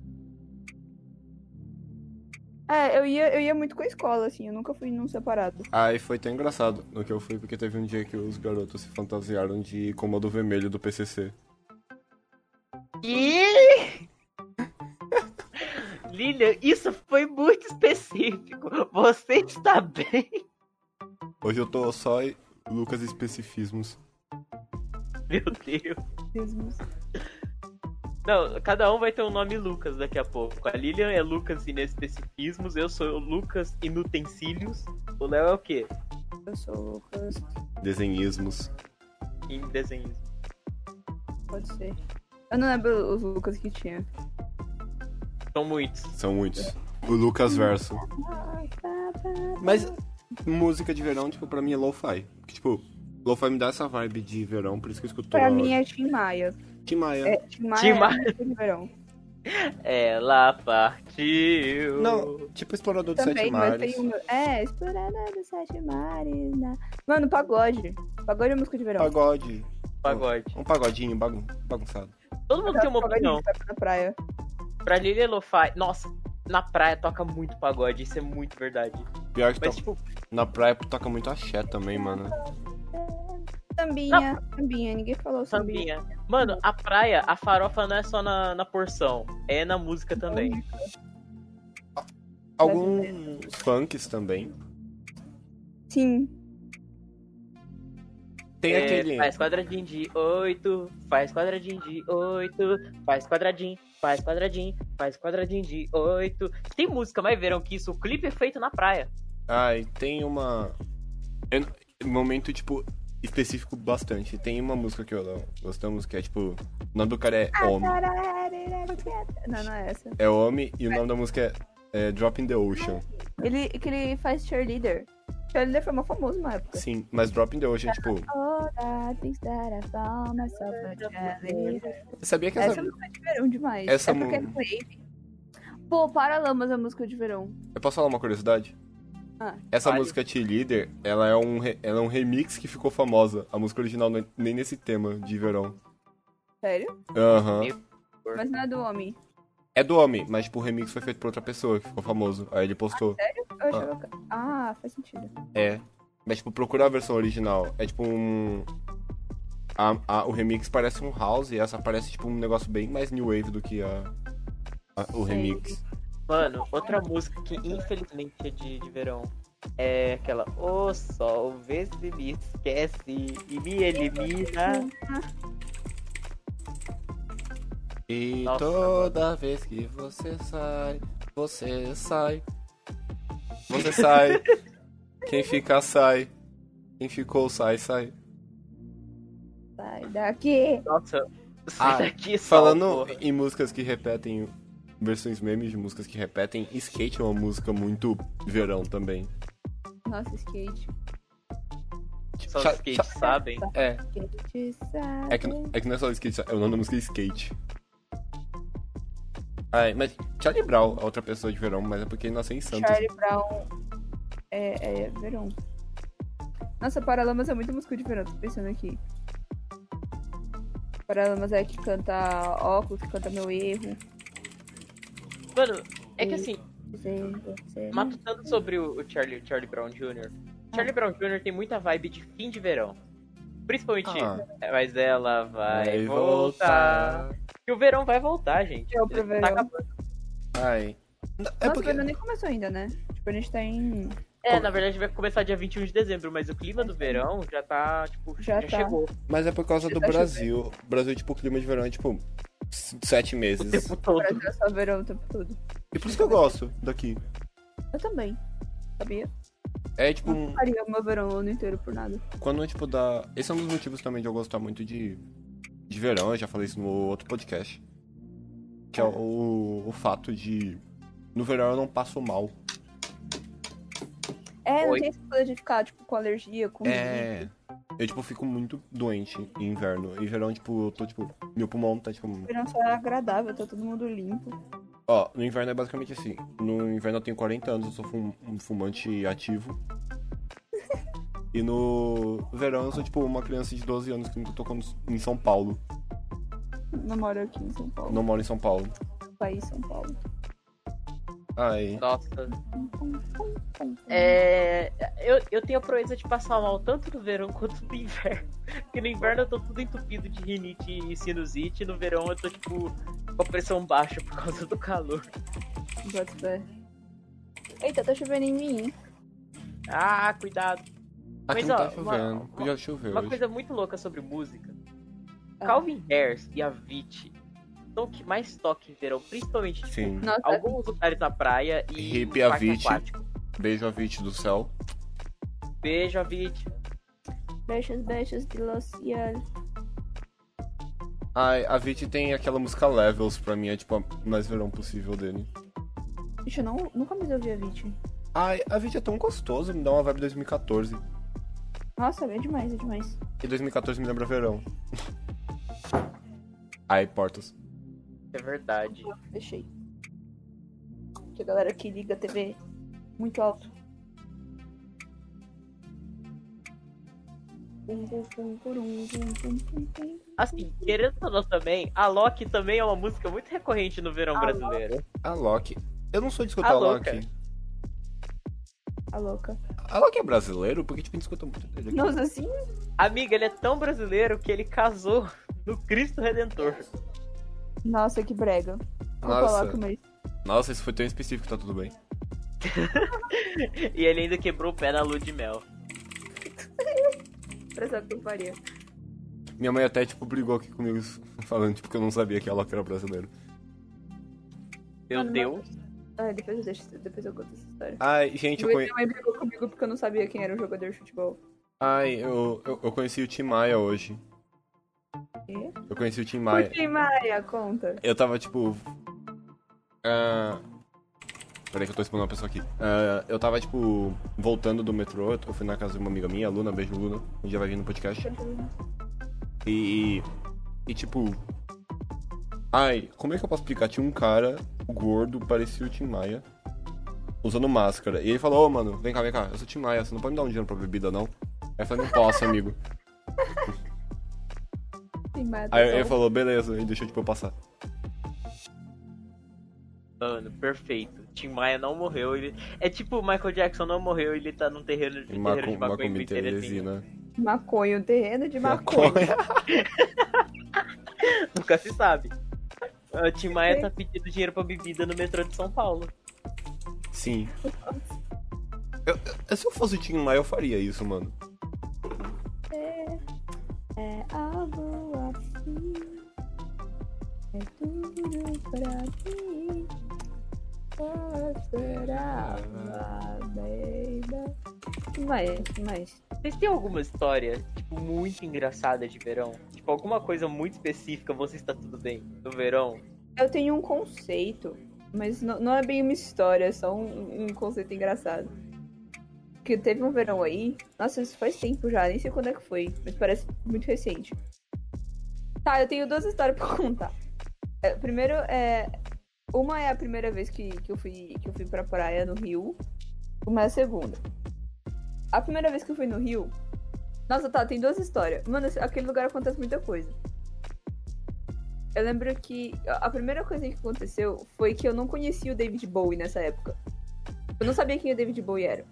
B: É, eu ia, eu ia muito com a escola, assim, eu nunca fui num separado.
A: Aí foi tão engraçado no que eu fui, porque teve um dia que os garotos se fantasiaram de comando vermelho do PCC.
C: E... Lilian, isso foi muito específico. Você está bem?
A: Hoje eu tô só e- Lucas especifismos.
C: Meu Deus.
B: Deus.
C: Não, cada um vai ter um nome Lucas daqui a pouco. A Lilian é Lucas Inespecificismos, eu sou o Lucas Inutensílios. O Léo é o quê?
B: Eu sou o Lucas,
A: Desenhismos.
C: Em desenhos.
B: pode ser. Eu não lembro os Lucas que tinha.
C: São muitos.
A: São muitos. O Lucas Verso. Mas música de verão, tipo, pra mim é lo-fi. Porque, Tipo, lo-fi me dá essa vibe de verão, por isso que eu escuto
B: Pra mim é Tim Maia.
A: Tim Maia.
B: É, Tim Maia.
C: Tim
B: é
C: Maia.
B: música de verão.
C: Ela partiu.
A: Não, tipo Explorador dos Sete
B: é- Também, mas
A: Mares.
B: tem uma. É, Explorada dos Sete Mares. na- Mano, pagode. Pagode é música de verão.
A: Pagode.
C: Pagode.
A: Um pagodinho bagun bagunçado.
C: Todo mundo tem uma
B: Pagode
C: opinião.
B: que toca na praia.
C: Pra Lilian Lo-Fi, nossa, na praia toca muito pagode, isso é muito verdade.
A: Pior que to-
C: Mas, tipo,
A: na praia toca muito axé também, mano.
B: Sambinha, sambinha. Ninguém falou sambinha.
C: sambinha. Mano, a praia, a farofa não é só na, na porção, é na música também.
A: Alguns funks também.
B: Sim.
A: Tem
C: É,
A: aquele.
C: Faz quadradinho de 8, faz quadradinho de 8, faz quadradinho, faz quadradinho, faz quadradinho de 8. Tem música mais verão que isso, o clipe é feito na praia.
A: Ah, e tem uma. eu não- Momento, tipo, específico bastante. Tem uma música que eu não gostamos que é tipo. O nome do cara é
B: Ah,
A: Homem.
B: tá. Não, não é essa.
A: É Homem e o nome da música é, é Drop in the Ocean.
B: Ele, que ele faz cheerleader. Cheerleader foi mó famoso na época.
A: Sim, mas Drop in the Ocean, tipo.
D: Oh, that things that I found myself a cheerleader.
A: Você sabia que
B: Essa
A: essa.
B: é música de verão demais.
A: Essa
B: é porque é
A: mu-
B: wave. Pô, Paralamas é música de verão.
A: Eu posso falar uma curiosidade?
B: Ah.
A: Essa
C: Vale.
A: música Cheerleader, ela é, um re- ela é um remix que ficou famosa. A música original não é nem nesse tema de verão.
B: Sério?
A: Aham.
B: Mas não é do homem.
A: É do homem, mas tipo, o remix foi feito por outra pessoa que ficou famoso. Aí ele
B: Ah,
A: postou.
B: Eu achava... que- Ah, faz sentido.
A: É. Mas, tipo, procura a versão original. É tipo um. a- a- o remix parece um house e essa parece, tipo, um negócio bem mais new wave do que a, a- o
B: Sei.
A: remix.
C: Mano, outra música que infelizmente é de, de verão é aquela O sol, vê se me esquece e me elimina.
A: E
C: Nossa.
A: toda vez que você sai, você sai. Você sai. Quem fica, sai. Quem ficou, sai, sai.
B: Sai daqui.
C: Nossa, sai
A: Ah,
C: daqui, sol,
A: Falando
C: porra.
A: em músicas que repetem, versões memes de músicas que repetem, skate é uma música muito verão também.
B: Nossa, skate.
C: Só
A: Cha-
C: os skate,
A: cha-
C: sabem?
A: É,
B: Skate sabe.
A: é que, é que não é só skate, é o nome da música é skate. Ai, mas Charlie Brown é outra pessoa de verão, mas é porque ele nasceu em Santos.
B: Charlie Brown é, é verão. Nossa, Paralamas é muito música de verão, tô pensando aqui. Paralamas é que canta óculos, que canta meu erro.
C: Mano, é que assim,
B: dizendo você não-
C: matutando sobre o o Charlie, o Charlie Brown Jr. Charlie Brown Jr. tem muita vibe de fim de verão. Principalmente,
A: Ah.
C: é, mas ela vai, voltar. E o verão vai voltar, gente.
B: Eu pro
C: Ele
B: verão.
C: tá acabando.
A: Ai. É
B: Nossa, o
A: porque...
B: verão nem começou ainda, né? Tipo, a gente tá em.
C: É, na verdade vai começar dia 21 de dezembro, mas o clima do verão já tá, tipo, já,
B: Já tá.
C: chegou
A: Mas é por causa do
B: Tá chovendo.
A: Brasil. O Brasil, tipo, o clima de verão é tipo s- sete
C: o
A: meses.
C: tempo todo.
B: Parece que é só verão o tempo todo.
A: E por isso que eu gosto daqui.
B: Eu também. Sabia?
A: É tipo
C: Hum.
B: Não
A: um.
B: faria meu verão o ano inteiro por nada.
A: Quando, tipo, dá. Esse é um dos motivos também de eu gostar muito de. De verão, eu já falei isso no outro podcast. Que é o, o fato de. No verão eu não passo mal.
B: É,
C: Oi.
B: não tem essa coisa de ficar, tipo, com alergia, com
A: É. Eu, tipo, fico muito doente em inverno. Em verão, tipo, eu tô, tipo. Meu pulmão tá, tipo.
B: O verão só é agradável, tá todo mundo limpo.
A: Ó, no inverno é basicamente assim. No inverno eu tenho 40 anos, eu sou fum- um fumante ativo. E no verão eu sou tipo uma criança de 12 anos que nunca tocou no- em São Paulo.
B: Não moro aqui em São Paulo.
A: Não moro em São Paulo.
B: País São Paulo.
A: Ai.
C: Nossa. É. Eu, eu tenho a proeza de passar mal tanto no verão quanto no inverno. Porque no inverno eu tô tudo entupido de rinite e sinusite, e no verão eu tô, tipo, com a pressão baixa por causa do calor.
B: Bota fé. Eita, tá chovendo em mim.
C: Ah, cuidado.
A: Aqui
C: Mas,
A: não
C: ó,
A: tá chovendo.
C: uma-
A: Já choveu
C: Uma
A: hoje.
C: coisa muito louca sobre música.
B: Ah.
C: Calvin Harris e a Avicii são o que mais toca em verão, principalmente tipo,
A: Sim.
B: Nossa,
C: alguns lugares na praia e
A: Hip
C: no parque
A: Avicii.
C: aquático.
A: Beijo a Vit do céu.
C: Beijo, Avicii.
D: Beijos, beijos de los cielos.
A: Ai, a Vit tem aquela música Levels pra mim, é tipo a mais verão possível dele.
B: Bicho, eu não, nunca mais ouvi a Vit.
A: Ai, a Vit é tão gostoso, me dá uma vibe 2014.
B: Nossa, é demais, é demais.
A: E 2014 me lembra verão. Ai, Portos.
C: É verdade.
B: Fechei. Porque a galera que liga a TV muito alto. Pum, pum, pum, purum, pum, pum, pum, pum.
C: Assim, querendo ou não também, a Loki também é uma música muito recorrente no verão brasileiro.
A: A Loki. Eu não sou de escutar
C: A
A: a Loki.
C: louca.
B: A louca.
A: A Loki é brasileiro? Porque, tipo, a gente escuta muito dele. aqui.
B: Nossa, assim?
C: Amiga, ele é tão brasileiro que ele casou no Cristo Redentor.
B: Nossa, que brega. Não
A: Nossa.
B: coloco, mas.
A: Nossa, isso foi tão específico, tá tudo bem.
C: E ele ainda quebrou o pé na lua de mel.
B: Pra saber que eu faria.
A: Minha mãe até, tipo, brigou aqui comigo, falando, tipo, que eu não sabia que a Loki era brasileira.
C: Meu
B: Mano,
C: Deus.
B: Ah, depois eu deixo, depois eu conto essa história.
A: Ai, gente, eu
B: Minha
A: conheço.
B: mãe brigou comigo porque eu não sabia quem era o jogador de futebol.
A: Ai, eu, eu, eu conheci o Tim Maia hoje.
B: Quê?
A: Eu conheci o Tim
B: Por
A: Maia.
B: que Maia conta?
A: Eu tava tipo. ah, Peraí que eu tô expondo uma pessoa aqui. Ah, eu tava, tipo, voltando do metrô, eu fui na casa de uma amiga minha, Luna, beijo Luna, um dia vai vir no podcast. E. E tipo. Ai, como é que eu posso explicar? Tinha um cara gordo, parecia o Tim Maia, usando máscara. E ele falou, ô mano, vem cá, vem cá, eu sou o Tim Maia, você não pode me dar um dinheiro pra bebida, não? Aí eu falei, não posso, amigo.
B: Tem Maia
A: Aí
B: tá
A: ele
B: bom.
A: falou, beleza, e deixou tipo eu passar.
C: Mano, perfeito. Tim Maia não morreu. Ele... É tipo o Michael Jackson não morreu, ele tá num terreno de,
A: E
C: terreiro de
A: Macum,
C: maconha assim.
A: Macumbi
C: em Teresina.
A: Teresina.
B: Maconha, o terreno de maconha.
C: Nunca se sabe. O Tim Maia tá pedindo dinheiro pra bebida no metrô de São Paulo.
A: Sim. Eu- eu- se eu fosse o Tim Maia, eu faria isso, mano.
D: É algo assim. É tudo pra mim.
B: Ah, Será? Que mais? Que mais?
C: Vocês têm alguma história, tipo, muito engraçada de verão? Tipo, alguma coisa muito específica, você está tudo bem no verão?
B: Eu tenho um conceito, mas não, não é bem uma história, é só um, um conceito engraçado. Que teve um verão aí. Nossa, isso faz tempo já, nem sei quando é que foi, mas parece muito recente. Tá, eu tenho duas histórias pra contar. É, primeiro, é. Uma é a primeira vez que, que, eu fui, que eu fui pra praia no Rio. Uma é a segunda. A primeira vez que eu fui no Rio. Nossa, tá, tem duas histórias. Mano, esse- aquele lugar acontece muita coisa. Eu lembro que a a primeira coisa que aconteceu foi que eu não conhecia o David Bowie nessa época. Eu não sabia quem o David Bowie era.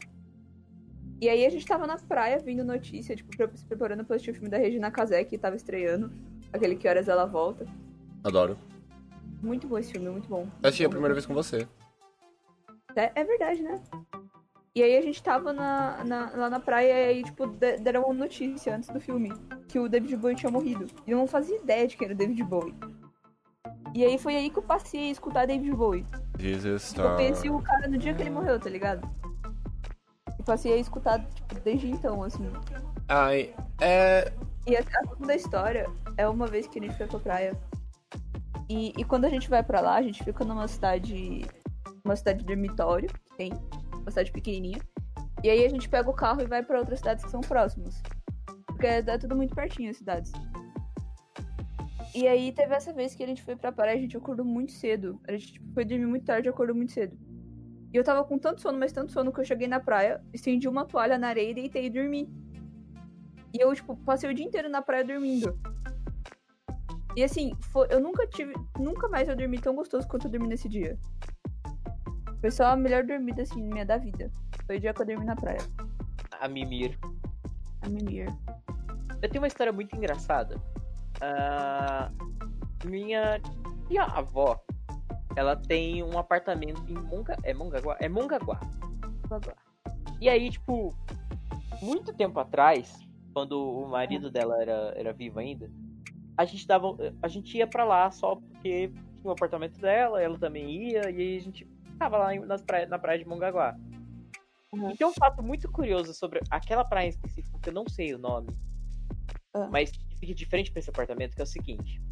B: E aí a gente tava na praia vendo notícia, tipo, pre- se preparando pra assistir o filme da Regina Casé, que tava estreando. Aquele Que Horas Ela Volta.
A: Adoro.
B: Muito bom esse filme, muito bom.
A: Eu achei a primeira vez com você.
B: É, é verdade, né? E aí a gente tava na- na- lá na praia e aí, tipo, de- deram uma notícia antes do filme que o David Bowie tinha morrido. E eu não fazia ideia de quem era o David Bowie. E aí foi aí que eu passei a escutar David Bowie.
A: Jesus
B: Tipo, eu conheci o cara no dia que ele morreu, tá ligado? E passei a escutar, tipo, desde então, assim.
A: Ai, é.
B: E a, a segunda história é uma vez que a gente foi pra praia. E, e quando a gente vai pra lá, a gente fica numa cidade. Uma cidade de dormitório, que tem. Uma cidade pequenininha. E aí a gente pega o carro e vai pra outras cidades que são próximas. Porque é, é tudo muito pertinho as cidades. E aí teve essa vez que a gente foi pra praia, a gente acordou muito cedo. A gente tipo, foi dormir muito tarde e acordou muito cedo. E eu tava com tanto sono, mas tanto sono que eu cheguei na praia, estendi uma toalha na areia e deitei e dormi. E eu, tipo, passei o dia inteiro na praia dormindo. E assim, foi- eu nunca tive. Nunca mais eu dormi tão gostoso quanto eu dormi nesse dia. Foi só a melhor dormida, assim, minha da vida. Foi o dia que eu dormi na praia.
C: A mimir.
B: A menir.
C: Eu tenho uma história muito engraçada. Ah, minha tia avó, ela tem um apartamento em Monga... É Mongaguá? É Mongaguá. E aí, tipo, muito tempo atrás, quando o marido dela era, era vivo ainda, a gente dava. A gente ia pra lá só porque tinha o apartamento dela, ela também ia, e aí a gente tava lá em- nas praia- na praia de Mongaguá. E tem um fato muito curioso sobre aquela praia em específico, que eu não sei o nome,
B: Ah.
C: mas que fica de frente pra esse apartamento, que é o seguinte.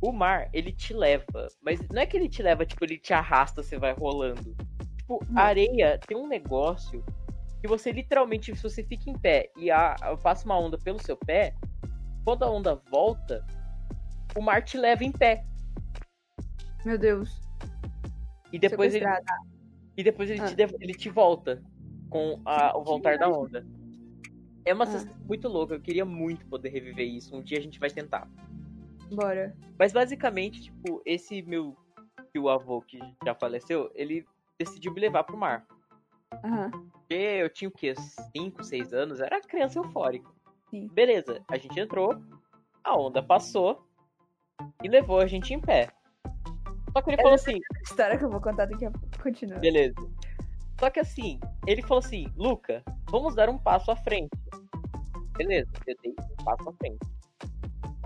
C: O mar, ele te leva, mas não é que ele te leva, tipo, ele te arrasta, você vai rolando. Tipo,
B: Hum.
C: a areia tem um negócio que você literalmente, se você fica em pé e a, a- passa uma onda pelo seu pé, quando a onda volta, o mar te leva em pé.
B: Meu Deus.
C: E depois ele
B: sequestrada.
C: E depois ele,
B: Ah.
C: te, dev- ele te volta com a- o voltar da onda. É uma sensação muito louca, eu queria muito poder reviver isso. Um dia a gente vai tentar.
B: Bora.
C: Mas basicamente, tipo, esse meu tio avô que já faleceu, ele decidiu me levar pro mar.
B: Aham.
C: Porque eu tinha o quê? 5, 6 anos? Era criança eufórica.
B: Sim.
C: Beleza, a gente entrou, a onda passou e levou a gente em pé. Só que ele falou assim:
B: História que eu vou contar daqui a pouco. Continua.
C: Beleza. Só que assim, ele falou assim, Luca, vamos dar um passo à frente. Beleza, eu dei um passo à frente. O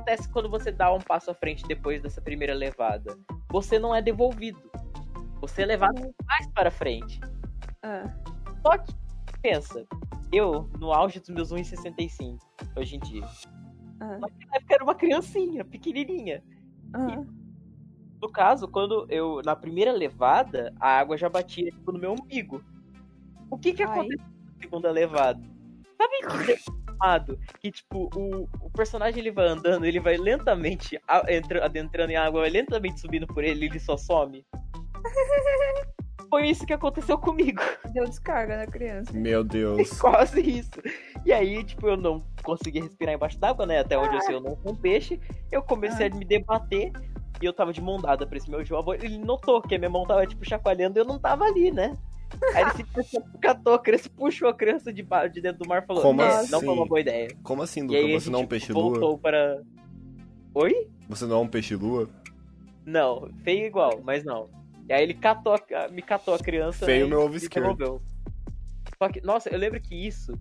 C: que Acontece quando você dá um passo à frente depois dessa primeira levada. Você não é devolvido. Você é levado mais para frente.
B: Ah,
C: Só que, pensa, eu, no auge dos meus 1,65 hoje em dia,
B: ah,
C: na época era uma criancinha, pequenininha.
B: ah.
C: No caso, quando eu, na primeira levada, a água já batia tipo, no meu umbigo. O que que
B: Ai.
C: aconteceu na segunda levada? Sabe que desenhado que, tipo, o, o personagem ele vai andando, ele vai lentamente a- entra- adentrando em água, vai lentamente subindo por ele, ele só some? Foi isso que aconteceu comigo.
B: Deu descarga na criança.
A: Meu Deus.
C: Quase isso. E aí, tipo, eu não consegui respirar embaixo d'água, né? Até onde eu sei, eu não sou um peixe. Eu
A: Ah.
C: comecei a me debater e eu tava de mão dada pra esse meu avô. Ele notou que a minha mão tava, tipo, chacoalhando e eu não tava ali, né? Aí ele simplesmente catou a criança, puxou a criança de, ba- de dentro do mar e falou:
A: Como
C: "É,
A: assim?
C: Não foi uma boa ideia.
A: Como assim,
C: e
A: Luca?
C: aí, a
A: Você não é um
C: gente
A: peixe lua?
C: voltou para. Oi?
A: Você não é um peixe lua?
C: Não, feio igual, mas não. E aí ele catou a- me catou a criança.
A: Feio
C: né,
A: meu
C: e
A: ovo
C: me
A: esquerdo.
C: devolveu. Só que, nossa, eu lembro que isso.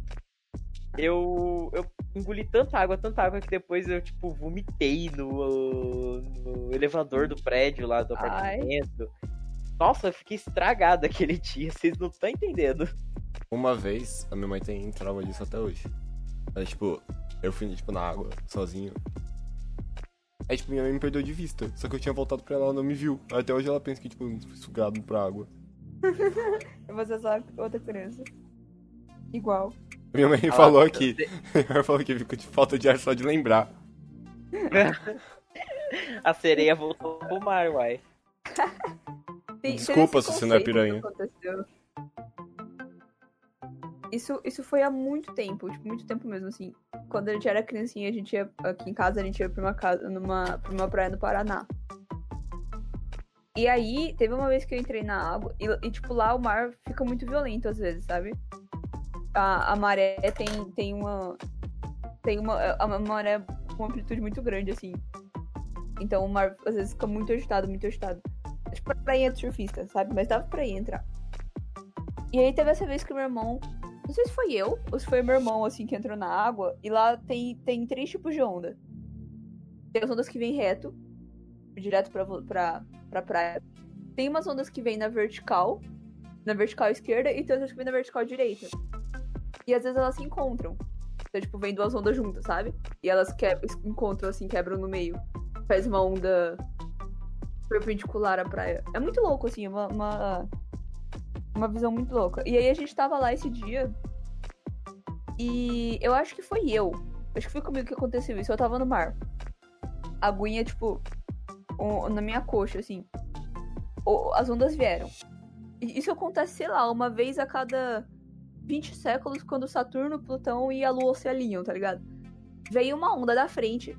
C: Eu, eu engoli tanta água, tanta água que depois eu, tipo, vomitei no, no elevador do prédio lá do
B: Ai.
C: apartamento. Nossa, eu fiquei estragado aquele dia, vocês não estão entendendo.
A: Uma vez, a minha mãe tem trauma disso até hoje. Ela, tipo, eu fui, tipo, na água, sozinho. Aí, tipo, minha mãe me perdeu de vista. Só que eu tinha voltado pra ela, ela não me viu. Até hoje ela pensa que, tipo, eu fui sugado pra água.
B: Eu vou ser só outra criança. Igual.
A: Minha mãe falou aqui. Ela falou que ficou de falta de ar só de lembrar.
C: A sereia voltou pro mar, uai.
B: Tem-
A: Desculpa
B: tem esse
A: se você não é
B: conceito
A: piranha.
B: que aconteceu. Isso, isso foi há muito tempo, tipo, muito tempo mesmo, assim. Quando a gente era criancinha, a gente ia aqui em casa, a gente ia pra uma casa, numa, pra uma praia no Paraná. E aí, teve uma vez que eu entrei na água, e, e, tipo, lá o mar fica muito violento às vezes, sabe? A, a maré tem, tem uma. Tem uma, é uma maré com uma amplitude muito grande, assim. Então o mar às vezes fica muito agitado, muito agitado tipo, a prainha de surfista, sabe? Mas dava pra ir entrar. E aí teve essa vez que o meu irmão. Não sei se foi eu ou se foi meu irmão, assim, que entrou na água. E lá tem, tem três tipos de onda: tem as ondas que vêm reto, direto pra, vo- pra, pra praia. Tem umas ondas que vêm na vertical, na vertical esquerda, e tem outras que vêm na vertical direita. E às vezes elas se encontram. Então, tipo, vem duas ondas juntas, sabe? E elas que... encontram, assim, quebram no meio. Faz uma onda perpendicular à praia. É muito louco, assim, é uma, uma, uma visão muito louca. E aí a gente tava lá esse dia. E eu acho que foi eu. Acho que foi comigo que aconteceu isso. Eu tava no mar. A aguinha, tipo, o- na minha coxa, assim. O- as ondas vieram. E isso acontece, sei lá, uma vez a cada 20 séculos, quando Saturno, Plutão e a Lua se alinham, tá ligado? Veio uma onda da frente,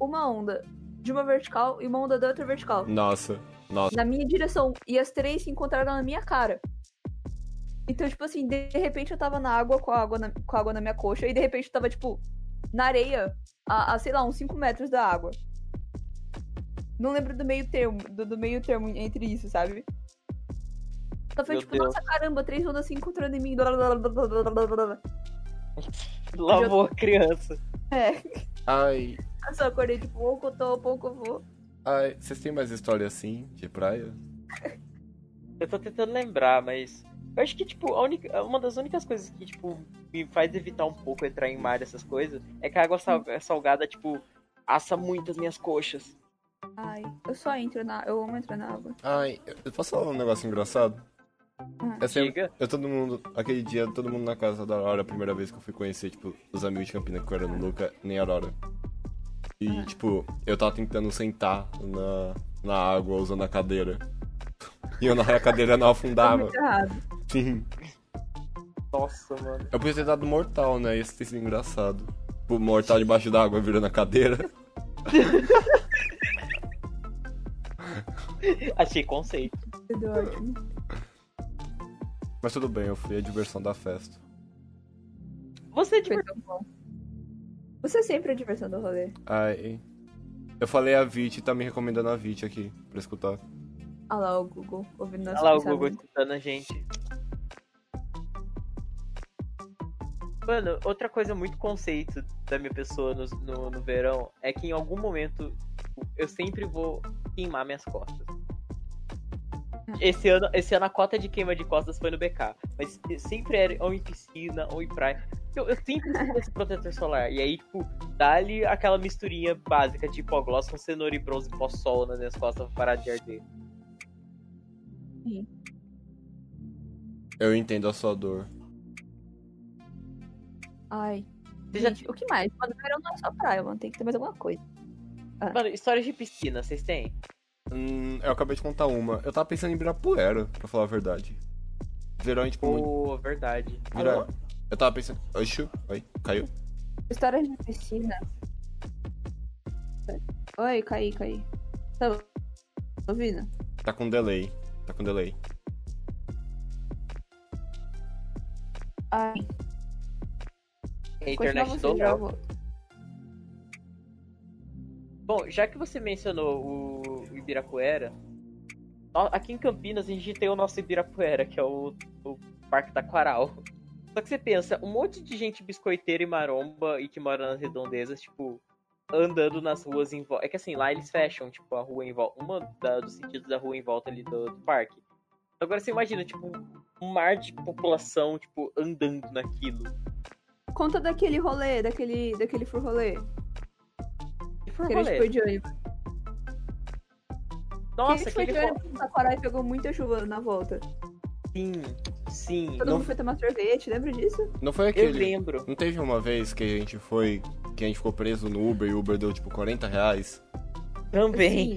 B: uma onda de uma vertical e uma onda da outra vertical
A: Nossa, nossa.
B: na minha direção. E as três se encontraram na minha cara. Então, tipo assim, de repente eu tava na água com a água na, com a água na minha coxa, e de repente eu tava, tipo, na areia, a, a, sei lá, uns 5 metros da água. Não lembro do meio termo, do, do meio termo entre isso, sabe? tipo, Só foi
C: Meu
B: tipo,
C: Deus.
B: nossa caramba, três ondas se encontrando em mim. blá, blá, blá, blá, blá, blá, blá, blá, blá.
C: Lavou a criança.
A: Ai,
B: É. Eu só acordei de pouco, tô pouco, vou.
A: ai. Vocês têm mais história assim, de praia?
C: Eu tô tentando lembrar, mas. Eu acho que, tipo, a única, uma das únicas coisas que, tipo, me faz evitar um pouco entrar em mar dessas coisas é que a água sal- salgada, tipo, assa muito as minhas coxas.
B: Ai, eu só entro na. Eu amo entrar na água.
A: Ai, eu- eu posso falar um negócio engraçado?
B: Ah.
A: Eu sempre,
C: Diga.
A: eu todo mundo, aquele dia, todo mundo na casa da Aurora, a primeira vez que eu fui conhecer, tipo, os amigos de Campinas que eu era no Luca, nem a Aurora. E, tipo, eu tava tentando sentar na, na água usando a cadeira. E eu na a cadeira não
B: Tá
A: afundava.
B: muito errado.
A: Sim.
C: Nossa, mano.
A: Eu podia ter dado mortal, né? Isso ter sido engraçado. Tipo, mortal debaixo d'água virando a cadeira.
C: Achei conceito.
B: Tudo ótimo.
A: Mas tudo bem, eu fui a diversão da festa.
C: Você, tipo,
B: Foi tão bom. Você sempre é a diversão do rolê.
A: Ai. Eu falei a Vit e tá me recomendando a Vit aqui pra escutar.
B: Olha lá o Google ouvindo
C: olha
B: nosso
C: lá o
B: um pensamento.
C: Google escutando a gente. Mano, outra coisa muito conceito da minha pessoa no, no, no verão é que em algum momento eu sempre vou queimar minhas costas. Esse ano, esse ano a cota de queima de costas foi no BK. Mas sempre era ou em piscina ou em praia. Eu, eu sempre uso esse protetor solar. E aí, tipo, dá-lhe aquela misturinha básica de hipoglós com cenoura e bronze pó-sol nas minhas costas pra parar de arder.
A: Eu entendo a sua dor.
B: Ai.
C: Você já-
B: Gente, o que mais? Mano, verão não é só praia, mano. Tem que ter mais alguma coisa.
C: Mano, histórias de piscina, vocês têm?
A: Hum, eu acabei de contar uma. Eu tava pensando em Ibirapuera, pra falar a verdade. Verão é tipo muito.
C: Pô, verdade.
A: Vira...
C: Alô?
A: Eu tava pensando. Oxi, oi, caiu?
B: História de piscina. Oi, caí, caí. Tá ouvindo?
A: Tá com delay. Tá com delay.
B: Ai,
C: A
B: continua
C: É internet
B: você,
C: do
B: já vou.
C: Bom, já que você mencionou o o Ibirapuera, nó- aqui em Campinas a gente tem o nosso Ibirapuera, que é o, o Parque da Quaral. Só que você pensa, um monte de gente biscoiteira e maromba e que mora nas redondezas, tipo, andando nas ruas em volta. É que assim, lá eles fecham, tipo, a rua em volta. Uma da- dos sentidos da rua em volta ali do, do parque. Agora você imagina, tipo, um mar de população, tipo, andando naquilo.
B: Conta daquele rolê, daquele, daquele fur rolê.
C: E foi um
B: Que a gente
C: rolê.
B: foi de ônibus. que
C: Nossa,
B: a gente foi
C: aquele
B: de
C: foi...
B: ônibus pro Saquará e pegou muita chuva na volta.
C: Sim, sim.
B: Todo
A: Não-
B: mundo foi tomar sorvete, lembra disso?
A: Não foi
C: Eu
A: aquele.
C: lembro.
A: Não teve uma vez que a gente foi. Que a gente ficou preso no Uber e o Uber deu tipo 40 reais?
C: Também.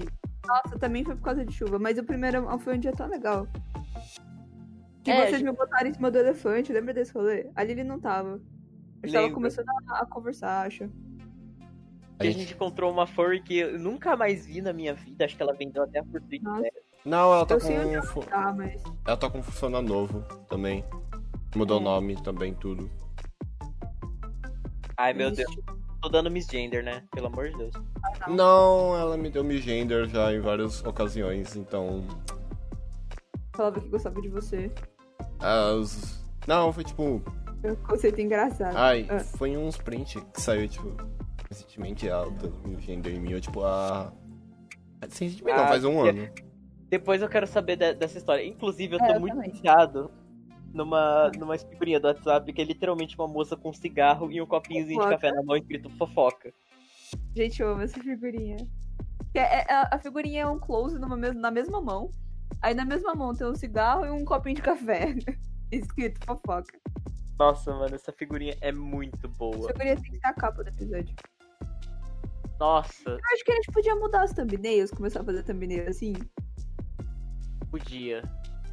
B: Sim. Tipo, assim, Nossa, também foi por causa de chuva, mas o primeiro foi um dia tão legal. Que
C: É,
B: vocês
C: gente-
B: me botaram em cima do elefante, lembra desse rolê? Ali ele não tava. Eu tava
C: Lembro.
B: começando a, a conversar, acho.
A: A
C: E a
A: gente-
C: gente encontrou uma furry que eu nunca mais vi na minha vida. Acho que ela vendeu até a fortuna.
B: Nossa.
C: né?
A: Não, ela tá
B: Eu
A: com.
B: sei onde
A: um fu-
B: Tá, mas.
A: Ela tá com um funcionário novo também. Mudou o
C: É.
A: nome também, tudo.
C: Ai, É, meu
B: Existe.
C: Deus. Tô dando misgender, né? Pelo amor de Deus. Tá.
A: Não, ela me deu gender já em várias ocasiões, então.
B: Falava que gostava de você.
A: As... Não, foi tipo.
B: É um conceito engraçado.
A: Ai,
B: Ah.
A: foi uns print que saiu, tipo, recentemente, a do gender em mim, eu, tipo, a. Recentemente não,
C: Ah,
A: faz um
C: é.
A: ano.
C: Depois eu quero saber de- dessa história. Inclusive, eu
B: É,
C: tô
B: eu
C: muito
B: também.
C: viciado numa, numa figurinha do WhatsApp que é literalmente uma moça com um cigarro e um copinhozinho de
B: Fofoca.
C: café na mão escrito fofoca.
B: Gente, eu amo essa figurinha. Que é- é- a, a figurinha é um close numa mes- na mesma mão. Aí na mesma mão tem um cigarro e um copinho de café. Escrito fofoca.
C: Nossa, mano, essa figurinha é muito
B: Essa
C: boa.
B: figurinha tem que ser a capa do episódio.
C: Nossa,
B: Eu acho que a gente podia mudar os thumbnails, começar a fazer thumbnail assim.
C: podia.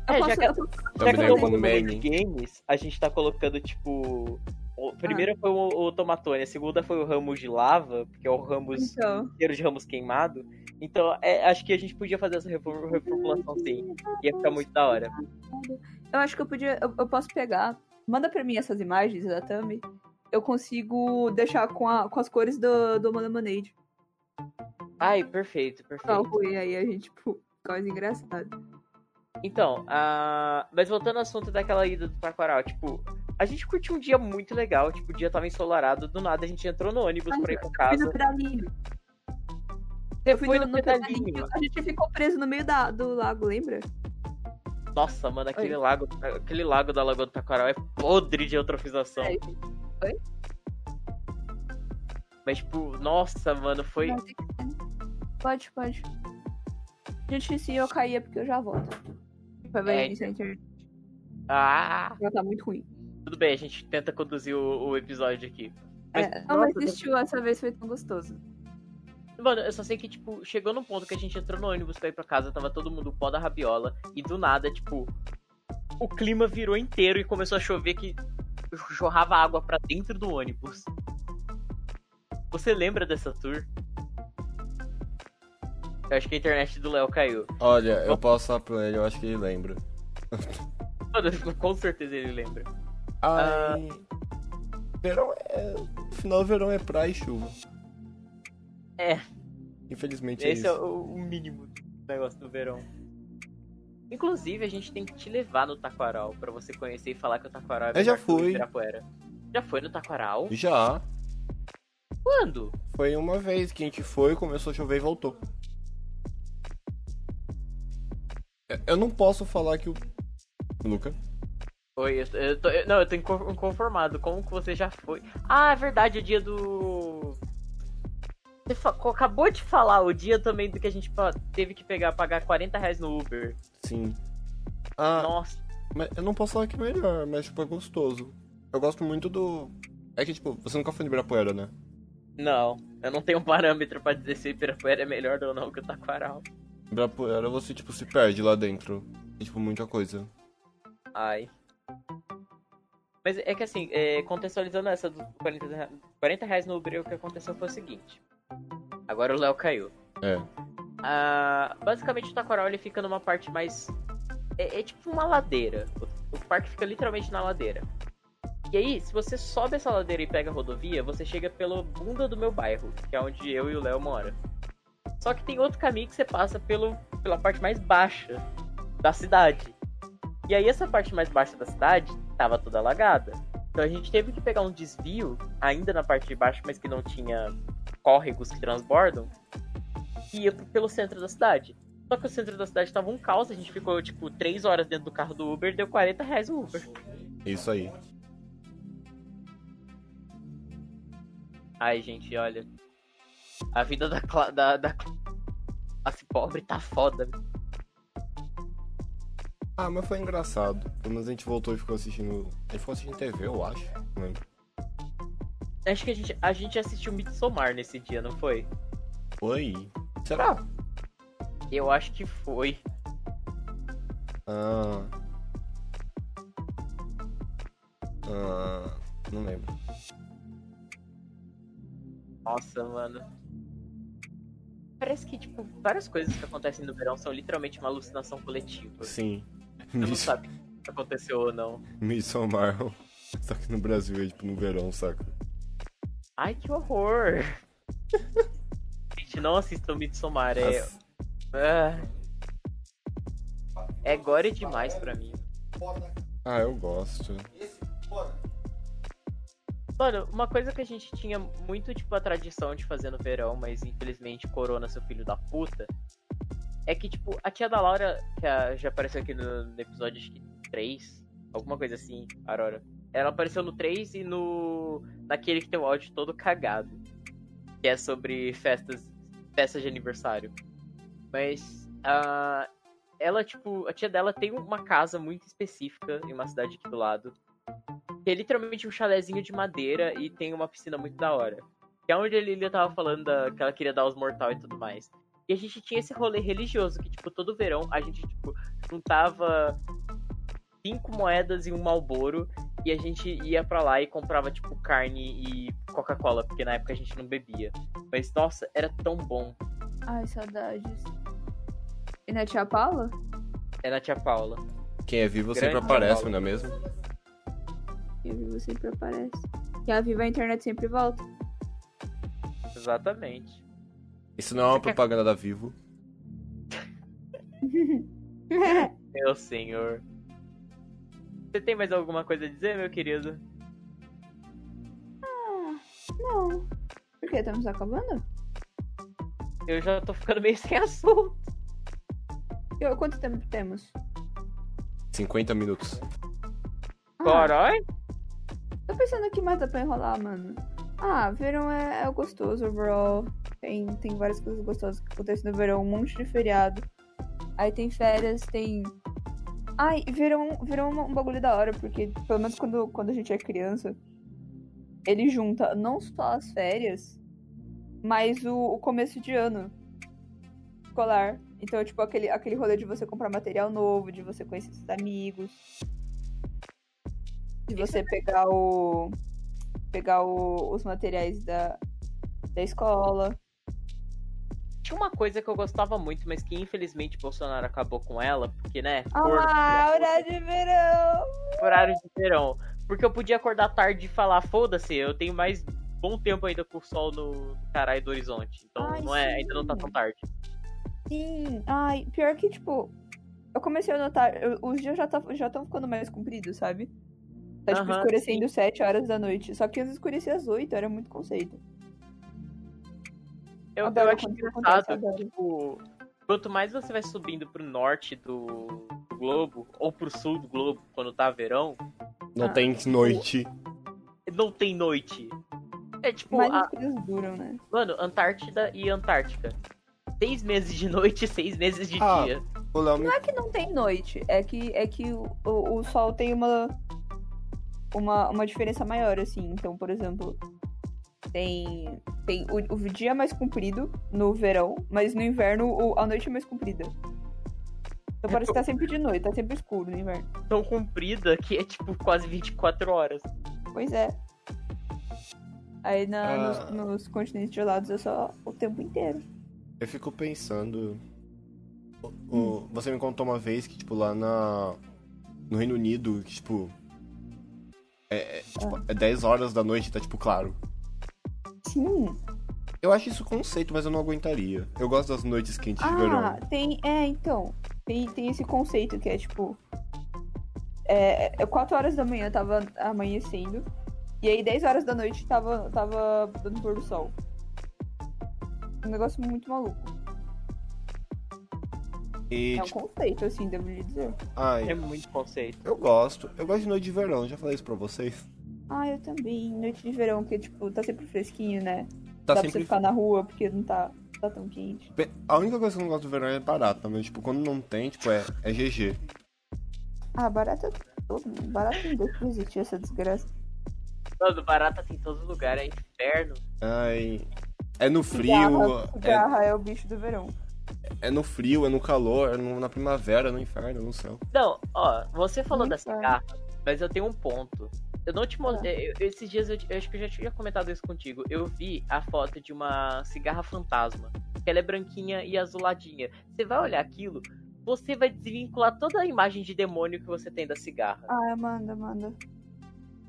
B: Eu
C: É, já
B: posso,
C: que-
B: eu posso-
C: Já que eu
A: Thumbnail
C: tô
A: com
C: falando de
A: meme.
C: games, a gente tá colocando, tipo. O, primeiro foi o, o Tomatone, a segunda foi o Ramos de Lava, que é o Ramos
B: Então.
C: inteiro de Ramos queimado. Então, é, acho que a gente podia fazer essa refor-
B: então.
C: reformulação sim. Ia ficar muito da hora.
B: Eu acho que eu podia. Eu, eu posso pegar. Manda pra mim essas imagens da thumb. Eu consigo deixar com, a- com as cores do, do Lemonade.
C: Ai, perfeito,
B: Tá
C: perfeito.
B: ruim aí, a gente, tipo, fica mais engraçado.
C: Então, a... mas voltando ao assunto daquela ida do Taquaral, tipo, a gente curtiu um dia muito legal, tipo, o dia tava ensolarado, do nada a gente entrou no ônibus pra ir pra
B: Fui no
C: casa.
B: pedalinho.
C: Você
B: Fui
C: foi
B: no,
C: no
B: pedalinho.
C: pedalinho.
B: A gente ficou preso no meio da, do lago, lembra?
C: Nossa, mano, aquele lago, aquele lago da Lagoa do Taquaral é podre de eutrofização.
B: É.
C: Mas, tipo, nossa, mano, foi.
D: Não, tem que ser.
B: é. Pode, pode. Gente, se eu cair é porque eu já volto. Foi
C: É,
B: bem, isso, a internet
C: Ah!
B: já tá muito ruim.
C: Tudo bem, a gente tenta conduzir o, o episódio aqui. Mas,
B: É, não, mas
C: nossa,
B: existiu essa vez, foi tão gostoso.
C: Mano, eu só sei que, tipo, chegou num ponto que a gente entrou no ônibus pra ir pra casa, tava todo mundo pó da rabiola, e do nada, tipo, o clima virou inteiro e começou a chover que jorrava água pra dentro do ônibus. Você lembra dessa tour? Eu acho que a internet do Léo caiu.
A: Olha, eu posso falar pra ele, eu acho que ele lembra.
C: Mano, com certeza ele lembra.
A: Ai.
C: Ah.
A: Verão é. No final, verão é praia e chuva.
C: É.
A: Infelizmente é
C: Esse
A: isso.
C: é o, o mínimo do negócio do verão. Inclusive, a gente tem que te levar no Taquaral pra você conhecer e falar que o Taquaral é
A: Eu já
C: melhor que o
A: fui.
C: Ibirapuera. Já foi no Taquaral?
A: Já.
C: Quando?
A: Foi uma vez que a gente foi, começou a chover e voltou. Eu- Eu não posso falar que o. Luca?
C: Oi, eu, eu tô, eu- não, eu tô inco- inconformado. Como que você já foi? Ah, é verdade, o dia do. Você fa- acabou de falar o dia também do que a gente pa- teve que pegar, pagar 40 reais no Uber.
A: Sim. Ah,
C: Nossa,
A: mas eu não posso falar que é melhor, mas tipo, é gostoso. Eu gosto muito do. É que, tipo, você nunca foi no Ibirapuera, né?
C: não. Eu não tenho um parâmetro pra dizer se o Ibirapuera é melhor ou não que o Taquaral.
A: Ibirapuera você, tipo, se perde lá dentro. É, tipo, muita coisa.
C: Ai. Mas é que assim, é, contextualizando essa dos 40, rea- 40 reais no Uber, o que aconteceu foi o seguinte. Agora o Léo caiu.
A: É.
C: Ah, basicamente o Taquaral ele fica numa parte mais. É, é tipo uma ladeira. O, o parque fica literalmente na ladeira. E aí, se você sobe essa ladeira e pega a rodovia, você chega pela bunda do meu bairro, que é onde eu e o Léo mora. Só que tem outro caminho que você passa pelo, pela parte mais baixa da cidade. E aí essa parte mais baixa da cidade tava toda alagada. Então a gente teve que pegar um desvio, ainda na parte de baixo, mas que não tinha córregos que transbordam, que ia pro- pelo centro da cidade. Só que o centro da cidade tava um caos, a gente ficou tipo três horas dentro do carro do Uber, deu 40 reais o Uber.
A: é Isso aí.
C: Ai, gente, olha. A vida da, cla- da, da classe pobre tá foda.
A: Ah, mas foi engraçado. Pelo menos a gente voltou e ficou assistindo. A gente ficou assistindo TV, eu acho. Não lembro.
C: Acho que a gente, a gente assistiu Midsommar nesse dia, não foi?
A: Foi. Será?
C: Eu acho que foi.
A: Ah. Ah. Não lembro.
C: Nossa, mano. Parece que, tipo, várias coisas que acontecem no verão são literalmente uma alucinação coletiva. Você
A: Sim.
C: não sabe o que aconteceu ou não.
A: Midsommar. Só que no Brasil é tipo no verão, saca?
C: Ai, que horror! Gente, não assistam Midsommar, é...
A: As-
C: Ah. É gore demais pra mim.
A: Ah, eu gosto.
C: Mano, uma coisa que a gente tinha muito, tipo, a tradição de fazer no verão, mas infelizmente corona, seu filho da puta, é que, tipo, a tia da Laura, que é a- já apareceu aqui no, no episódio, acho que 3, alguma coisa assim, Aurora. Ela apareceu no 3 e no... naquele que tem o áudio todo cagado. Que é sobre festas, festas de aniversário. Mas, ah, ela, tipo, a tia dela tem uma casa muito específica em uma cidade aqui do lado. Que é literalmente um chalezinho de madeira e tem uma piscina muito da hora. Que é onde a Lilia tava falando da- que ela queria dar os mortal e tudo mais. E a gente tinha esse rolê religioso, que, tipo, todo verão a gente, tipo, juntava cinco moedas e um malboro e a gente ia pra lá e comprava, tipo, carne e Coca-Cola, porque na época a gente não bebia. Mas, nossa, era tão bom.
D: Ai, saudades.
B: E na tia Paula?
C: Era a É tia Paula.
A: Quem é vivo sempre
C: Grande
A: aparece,
C: Paulo.
A: não é mesmo?
B: Eu vi você sempre aparece. E a Viva a internet sempre volta.
C: Exatamente.
A: Isso não é uma
C: Você quer-
B: Ah,
A: propaganda da Vivo.
C: Meu senhor. Você tem mais alguma coisa a dizer, meu querido?
B: Não.
D: Por que? Estamos acabando?
C: Eu já tô ficando meio sem assunto.
B: Eu, quanto tempo temos?
A: 50 minutos.
C: Ah, Corói?
B: Tô pensando aqui mais dá pra enrolar, mano. Ah, verão é, é gostoso overall. Tem, tem várias coisas gostosas que acontecem no verão, um monte de feriado. Aí tem férias, tem. Ai, verão, verão é um bagulho da hora, porque pelo menos quando, quando a gente é criança, ele junta não só as férias, mas o, o começo de ano escolar. Então, tipo, aquele, aquele rolê de você comprar material novo, de você conhecer seus amigos. De você pegar o. pegar o- os materiais da, da escola.
C: Tinha uma coisa que eu gostava muito, mas que infelizmente Bolsonaro acabou com ela, porque, né? corno,
B: Ah, hora de verão!
C: horário de verão. Porque eu podia acordar tarde e falar, foda-se, eu tenho mais bom tempo ainda com o sol no caralho do horizonte. Então
B: Ai,
C: não é,
B: sim.
C: ainda não tá tão tarde.
B: Sim, ai, pior que, tipo, eu comecei a notar, eu- os dias já estão já tão ficando mais compridos, sabe? Tá, tipo,
C: Aham,
B: escurecendo 7 horas da noite. Só que antes escurecia às 8, era muito conceito.
C: Eu, eu
B: Adoro
C: acho
B: quando isso acontece,
C: engraçado,
B: adoro.
C: tipo, quanto mais você vai subindo pro norte do do globo, ou pro sul do globo, quando tá verão,
A: Não
B: Ah.
A: tem noite.
C: não tem noite. É tipo,
B: Mas
C: a-
B: as coisas duram, né?
C: mano, Antártida e Antártica. Seis meses de noite e seis meses de
A: Ah.
C: dia.
A: O Léo me...
B: Não é que não tem noite, é que, é que o, o, o sol tem uma, uma, uma diferença maior, assim. Então, por exemplo, tem, tem o, o dia é mais comprido no verão, mas no inverno o- a noite é mais comprida. Então parece que tá sempre de noite, tá sempre escuro no inverno.
C: Tão comprida que é tipo quase 24 horas.
B: Pois é. Aí na-
A: Ah.
B: nos, nos continentes gelados é só o tempo inteiro.
A: Eu fico pensando. o- o- Você me contou uma vez que, tipo, lá na. No Reino Unido, que, tipo. É, é, tipo,
B: Ah.
A: é 10 horas da noite, tá, tipo, claro.
B: Sim.
A: Eu acho isso conceito, mas eu não aguentaria. Eu gosto das noites quentes de
B: Ah,
A: verão.
B: tem. É, então. Tem, tem esse conceito que é tipo. É, é 4 horas da manhã tava amanhecendo. E aí 10 horas da noite tava, tava dando pôr do sol. Um negócio muito maluco.
A: E,
B: É um
A: tipo,
B: conceito, assim, devo lhe dizer.
C: É
A: ai,
C: muito conceito.
A: eu gosto. Eu gosto de noite de verão, já falei isso pra vocês.
B: Ah, eu também. Noite de verão, que tipo, tá sempre fresquinho, né?
A: Tá
B: Dá pra você
A: sempre.
B: ficar na rua porque não tá, tá tão quente.
A: Pe- A única coisa que eu não gosto do verão é barata, mas, tipo, quando não tem, tipo, é, é GG.
B: Ah, barata. todo- Barata não deixa de existir essa desgraça.
C: Mano, barata tem em todo lugar, é inferno.
A: Ai. É no frio,
B: Garra,
A: é
B: garra é o bicho do verão.
A: É no frio, é no calor, é no- na primavera, no inferno, no céu.
C: Não, ó, você falou
B: Muito
C: dessa
B: bom.
C: garra, mas eu tenho um ponto. Eu não te mostrei.
B: Tá.
C: eu- Esses dias eu, te- eu acho que eu já tinha comentado isso contigo. Eu vi a foto de uma cigarra fantasma. Que ela é branquinha e azuladinha. Você vai olhar aquilo, você vai desvincular toda a imagem de demônio que você tem da cigarra.
B: Ah, manda, manda.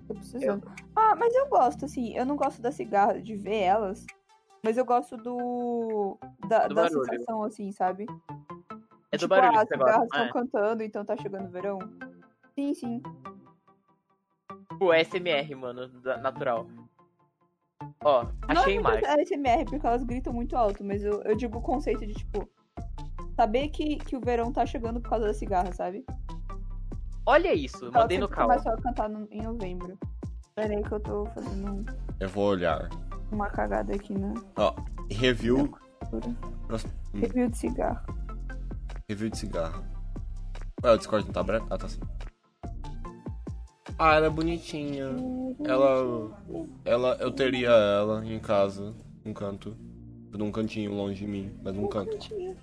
B: Tô precisando. Ah, mas eu gosto, assim. Eu não gosto da cigarra, de ver elas. Mas eu gosto do. Da,
C: Do
B: da
C: barulho.
B: sensação, assim, sabe?
C: é do
B: Tipo,
C: barulho
B: ah,
C: que
B: as
C: você gosta.
B: cigarras
C: não
B: estão
C: é?
B: cantando, então tá chegando o verão. Sim, sim.
C: Tipo, SMR, mano, da- natural. Ó,
B: não
C: achei a
B: é
C: imagem.
B: muito ASMR, porque elas gritam muito alto, mas eu, eu digo o conceito de, tipo. Saber que, que o verão tá chegando por causa da cigarra, sabe?
C: Olha isso,
B: Elas
C: mandei no
B: sempre
C: cal.
B: começam a cantar no- em novembro. Peraí que eu tô fazendo um-
A: Eu vou olhar.
B: uma cagada aqui na
A: Review, Hum.
B: review de cigarro.
A: review de cigarro. Ué, o Discord não tá aberto? Ah, tá sim. Ah, ela é bonitinha. Ela. Ela. Eu teria ela em casa, num canto. Num cantinho longe de mim, mas num canto.
B: Bonitinha.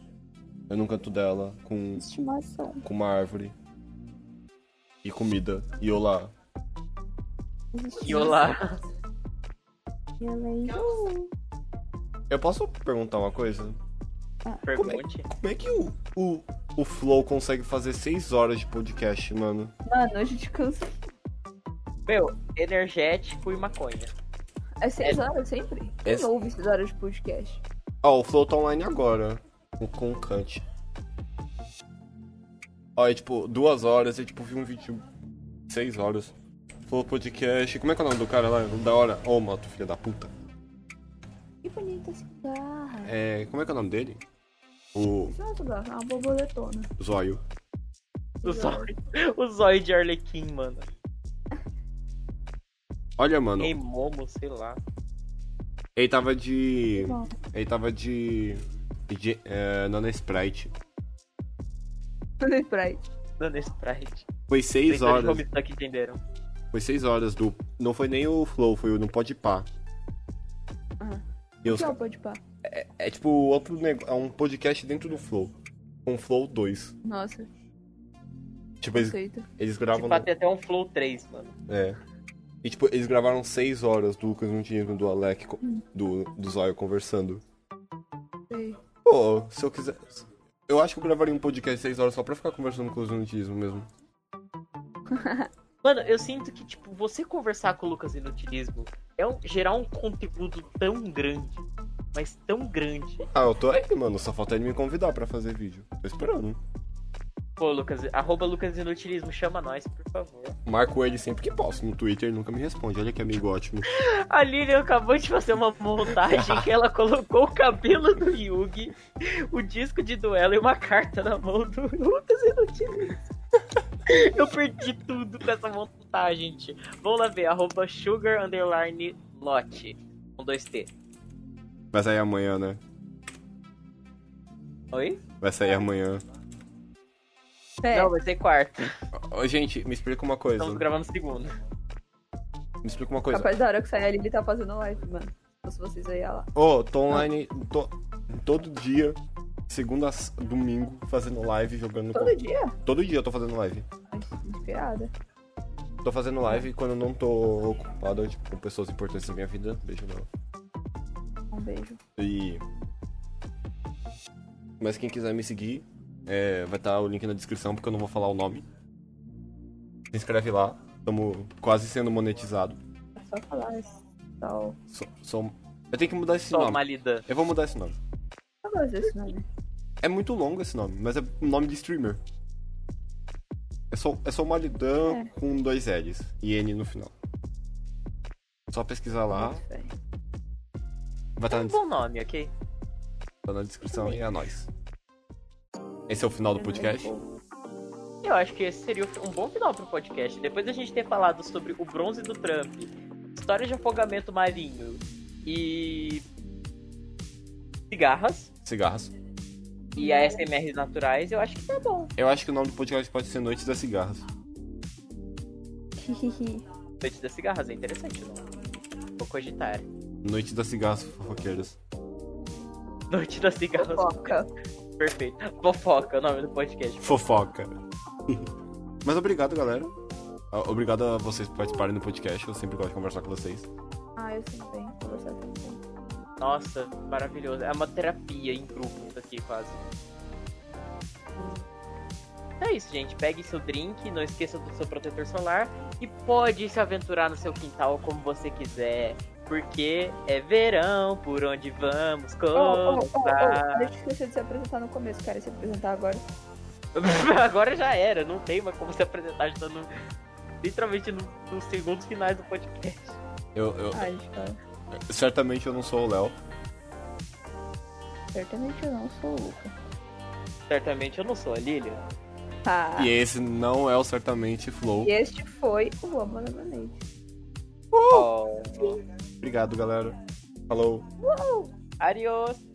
A: Eu num canto dela, com,
B: Estimação.
A: com uma árvore. E comida. E eu lá.
C: E olá.
D: E ela aí.
B: né?
A: Eu posso perguntar uma coisa?
C: Pergunte.
A: Como é que o, o, o Flow consegue fazer 6 horas de podcast, mano?
B: Mano, a gente cansa.
C: Meu, energético e maconha.
B: É seis horas sempre? Quem
A: Esse-
B: ouve seis horas de podcast?
A: Ah, Ó, o Flow tá online agora. Com, com o Kant. Ó, é tipo, duas horas, eu tipo, vi um vídeo de seis horas. Falou podcast. Como é que é o nome do cara lá? Da hora. Ô, moto, filha da puta.
D: Que bonita essa garra.
A: É. Como é que é o nome dele? O
B: Isso não é um cigarro, é uma borboletona.
A: Zóio.
C: O zóio, o zóio de Arlequim, mano.
A: Olha, mano.
C: Ei, Momo, sei lá.
A: Ele tava de.
D: Bom,
A: Ele tava de. de é, Nana Sprite.
B: Tudo em Sprite.
C: Dando Sprite.
A: Foi seis
C: Vocês
A: horas.
C: homens daqui entenderam.
A: Foi seis horas do. Não foi nem o Flow, foi o no Podpah.
B: Aham.
A: E os-
B: Que é o pode pá.
A: É tipo outro negócio. É um podcast dentro do Flow. Um Flow 2.
B: Nossa,
A: Tipo, eles,
B: aceito.
A: eles
C: Tipo,
A: gravam.
C: tem até um Flow 3, mano.
A: É. E tipo, eles gravaram seis horas do Lucas Mundinho do Alec, co- do, do Zóio conversando.
B: Sei.
A: Pô, se eu quiser. Eu acho que eu gravaria um podcast seis horas só pra ficar conversando com o Zunitismo mesmo.
C: Mano, eu sinto que, tipo, você conversar com o Lucas Inutilismo é um- gerar um conteúdo tão grande, mas tão grande.
A: Ah, eu tô aí, mano. Só falta ele me convidar pra fazer vídeo. Tô esperando.
C: Pô, Lucas, arroba Lucas Inutilismo, chama nós, por favor.
A: Marco ele sempre que posso no Twitter, ele nunca me responde. Olha que amigo ótimo.
C: A Lilian acabou de fazer uma montagem que ela colocou o cabelo do Yugi, o disco de duelo e uma carta na mão do Lucas Inutilismo. Eu perdi tudo com essa montagem, gente. Vamos lá ver, arroba sugar underline lote. Com dois T.
A: Vai sair amanhã, né?
C: Oi?
A: Vai sair amanhã.
B: É,
C: Não, vai ser quarto.
A: Ô, gente, me explica uma coisa.
B: Então,
C: Estamos gravando segundo.
A: Me explica uma coisa.
B: capaz da hora que sair ali, ele tá fazendo live, mano. Só Se vocês aí, olha lá.
A: Ô, tô online to- todo dia, segunda a s- domingo, fazendo live, jogando.
B: Todo dia?
A: Todo dia eu tô fazendo live.
B: Ai, Inspirada.
A: Tô fazendo live quando eu não tô ocupado, tipo, com pessoas importantes na minha vida. Beijo não.
B: Um beijo.
A: E. Mas quem quiser me seguir, é, vai estar o link na descrição, porque eu não vou falar o nome. Se inscreve lá. Tamo quase sendo monetizado.
B: É só falar isso. Tal.
A: So- som- Eu tenho que mudar esse
C: Só
A: nome.
C: Malida.
A: Eu vou mudar esse nome.
B: Eu gosto desse nome.
A: É muito longo esse nome, mas é um nome de streamer. É só, é só Malidan
B: É.
A: com dois L's e N no final. Só pesquisar lá,
B: Muito bem.
A: vai
C: É
A: estar na
C: um
A: descrição.
C: bom nome, ok?
A: Tá na descrição e é nóis. Esse é o final do podcast?
C: Eu acho que esse seria um bom final pro podcast. Depois da gente ter falado sobre o bronze do Trump, história de afogamento marinho e. cigarras
A: Cigarras.
C: e ASMRs naturais, eu acho que tá bom.
A: Eu acho que o nome do podcast pode ser Noites das Cigarras.
C: Noite das cigarras é interessante, não? Vou cogitar.
A: Noite das Cigarras Fofoqueiras.
C: Noite das cigarras.
B: Fofoca.
C: Perfeito. Fofoca, é o nome do podcast.
A: Fofoca. Mas obrigado, galera. Ah, Obrigado a vocês por participarem do podcast. Eu sempre gosto de conversar com vocês.
B: Ah, eu sinto bem. Conversar também.
C: Nossa, maravilhoso. É uma terapia em grupo isso aqui, quase. Então é isso, gente. Pegue seu drink, não esqueça do seu protetor solar e pode se aventurar no seu quintal como você quiser. Porque é verão, por onde vamos
B: Oh, oh, oh,
C: começar.
B: oh. Deixa eu esquecer de se apresentar no começo, cara. Se apresentar agora. oh.
C: Agora já era, não tem mais como se apresentar, já tá no- literalmente no- nos segundos finais do podcast.
A: Eu, eu-
B: Ai, cara.
A: certamente eu não sou o Léo.
D: certamente eu não sou o Luca.
C: Certamente eu não sou a Lilian.
B: Tá.
A: E esse não é o certamente Flow.
B: E este foi o Amo Lemonade.
C: Oh.
B: Uh!
A: Obrigado, galera. Falou.
C: Adios!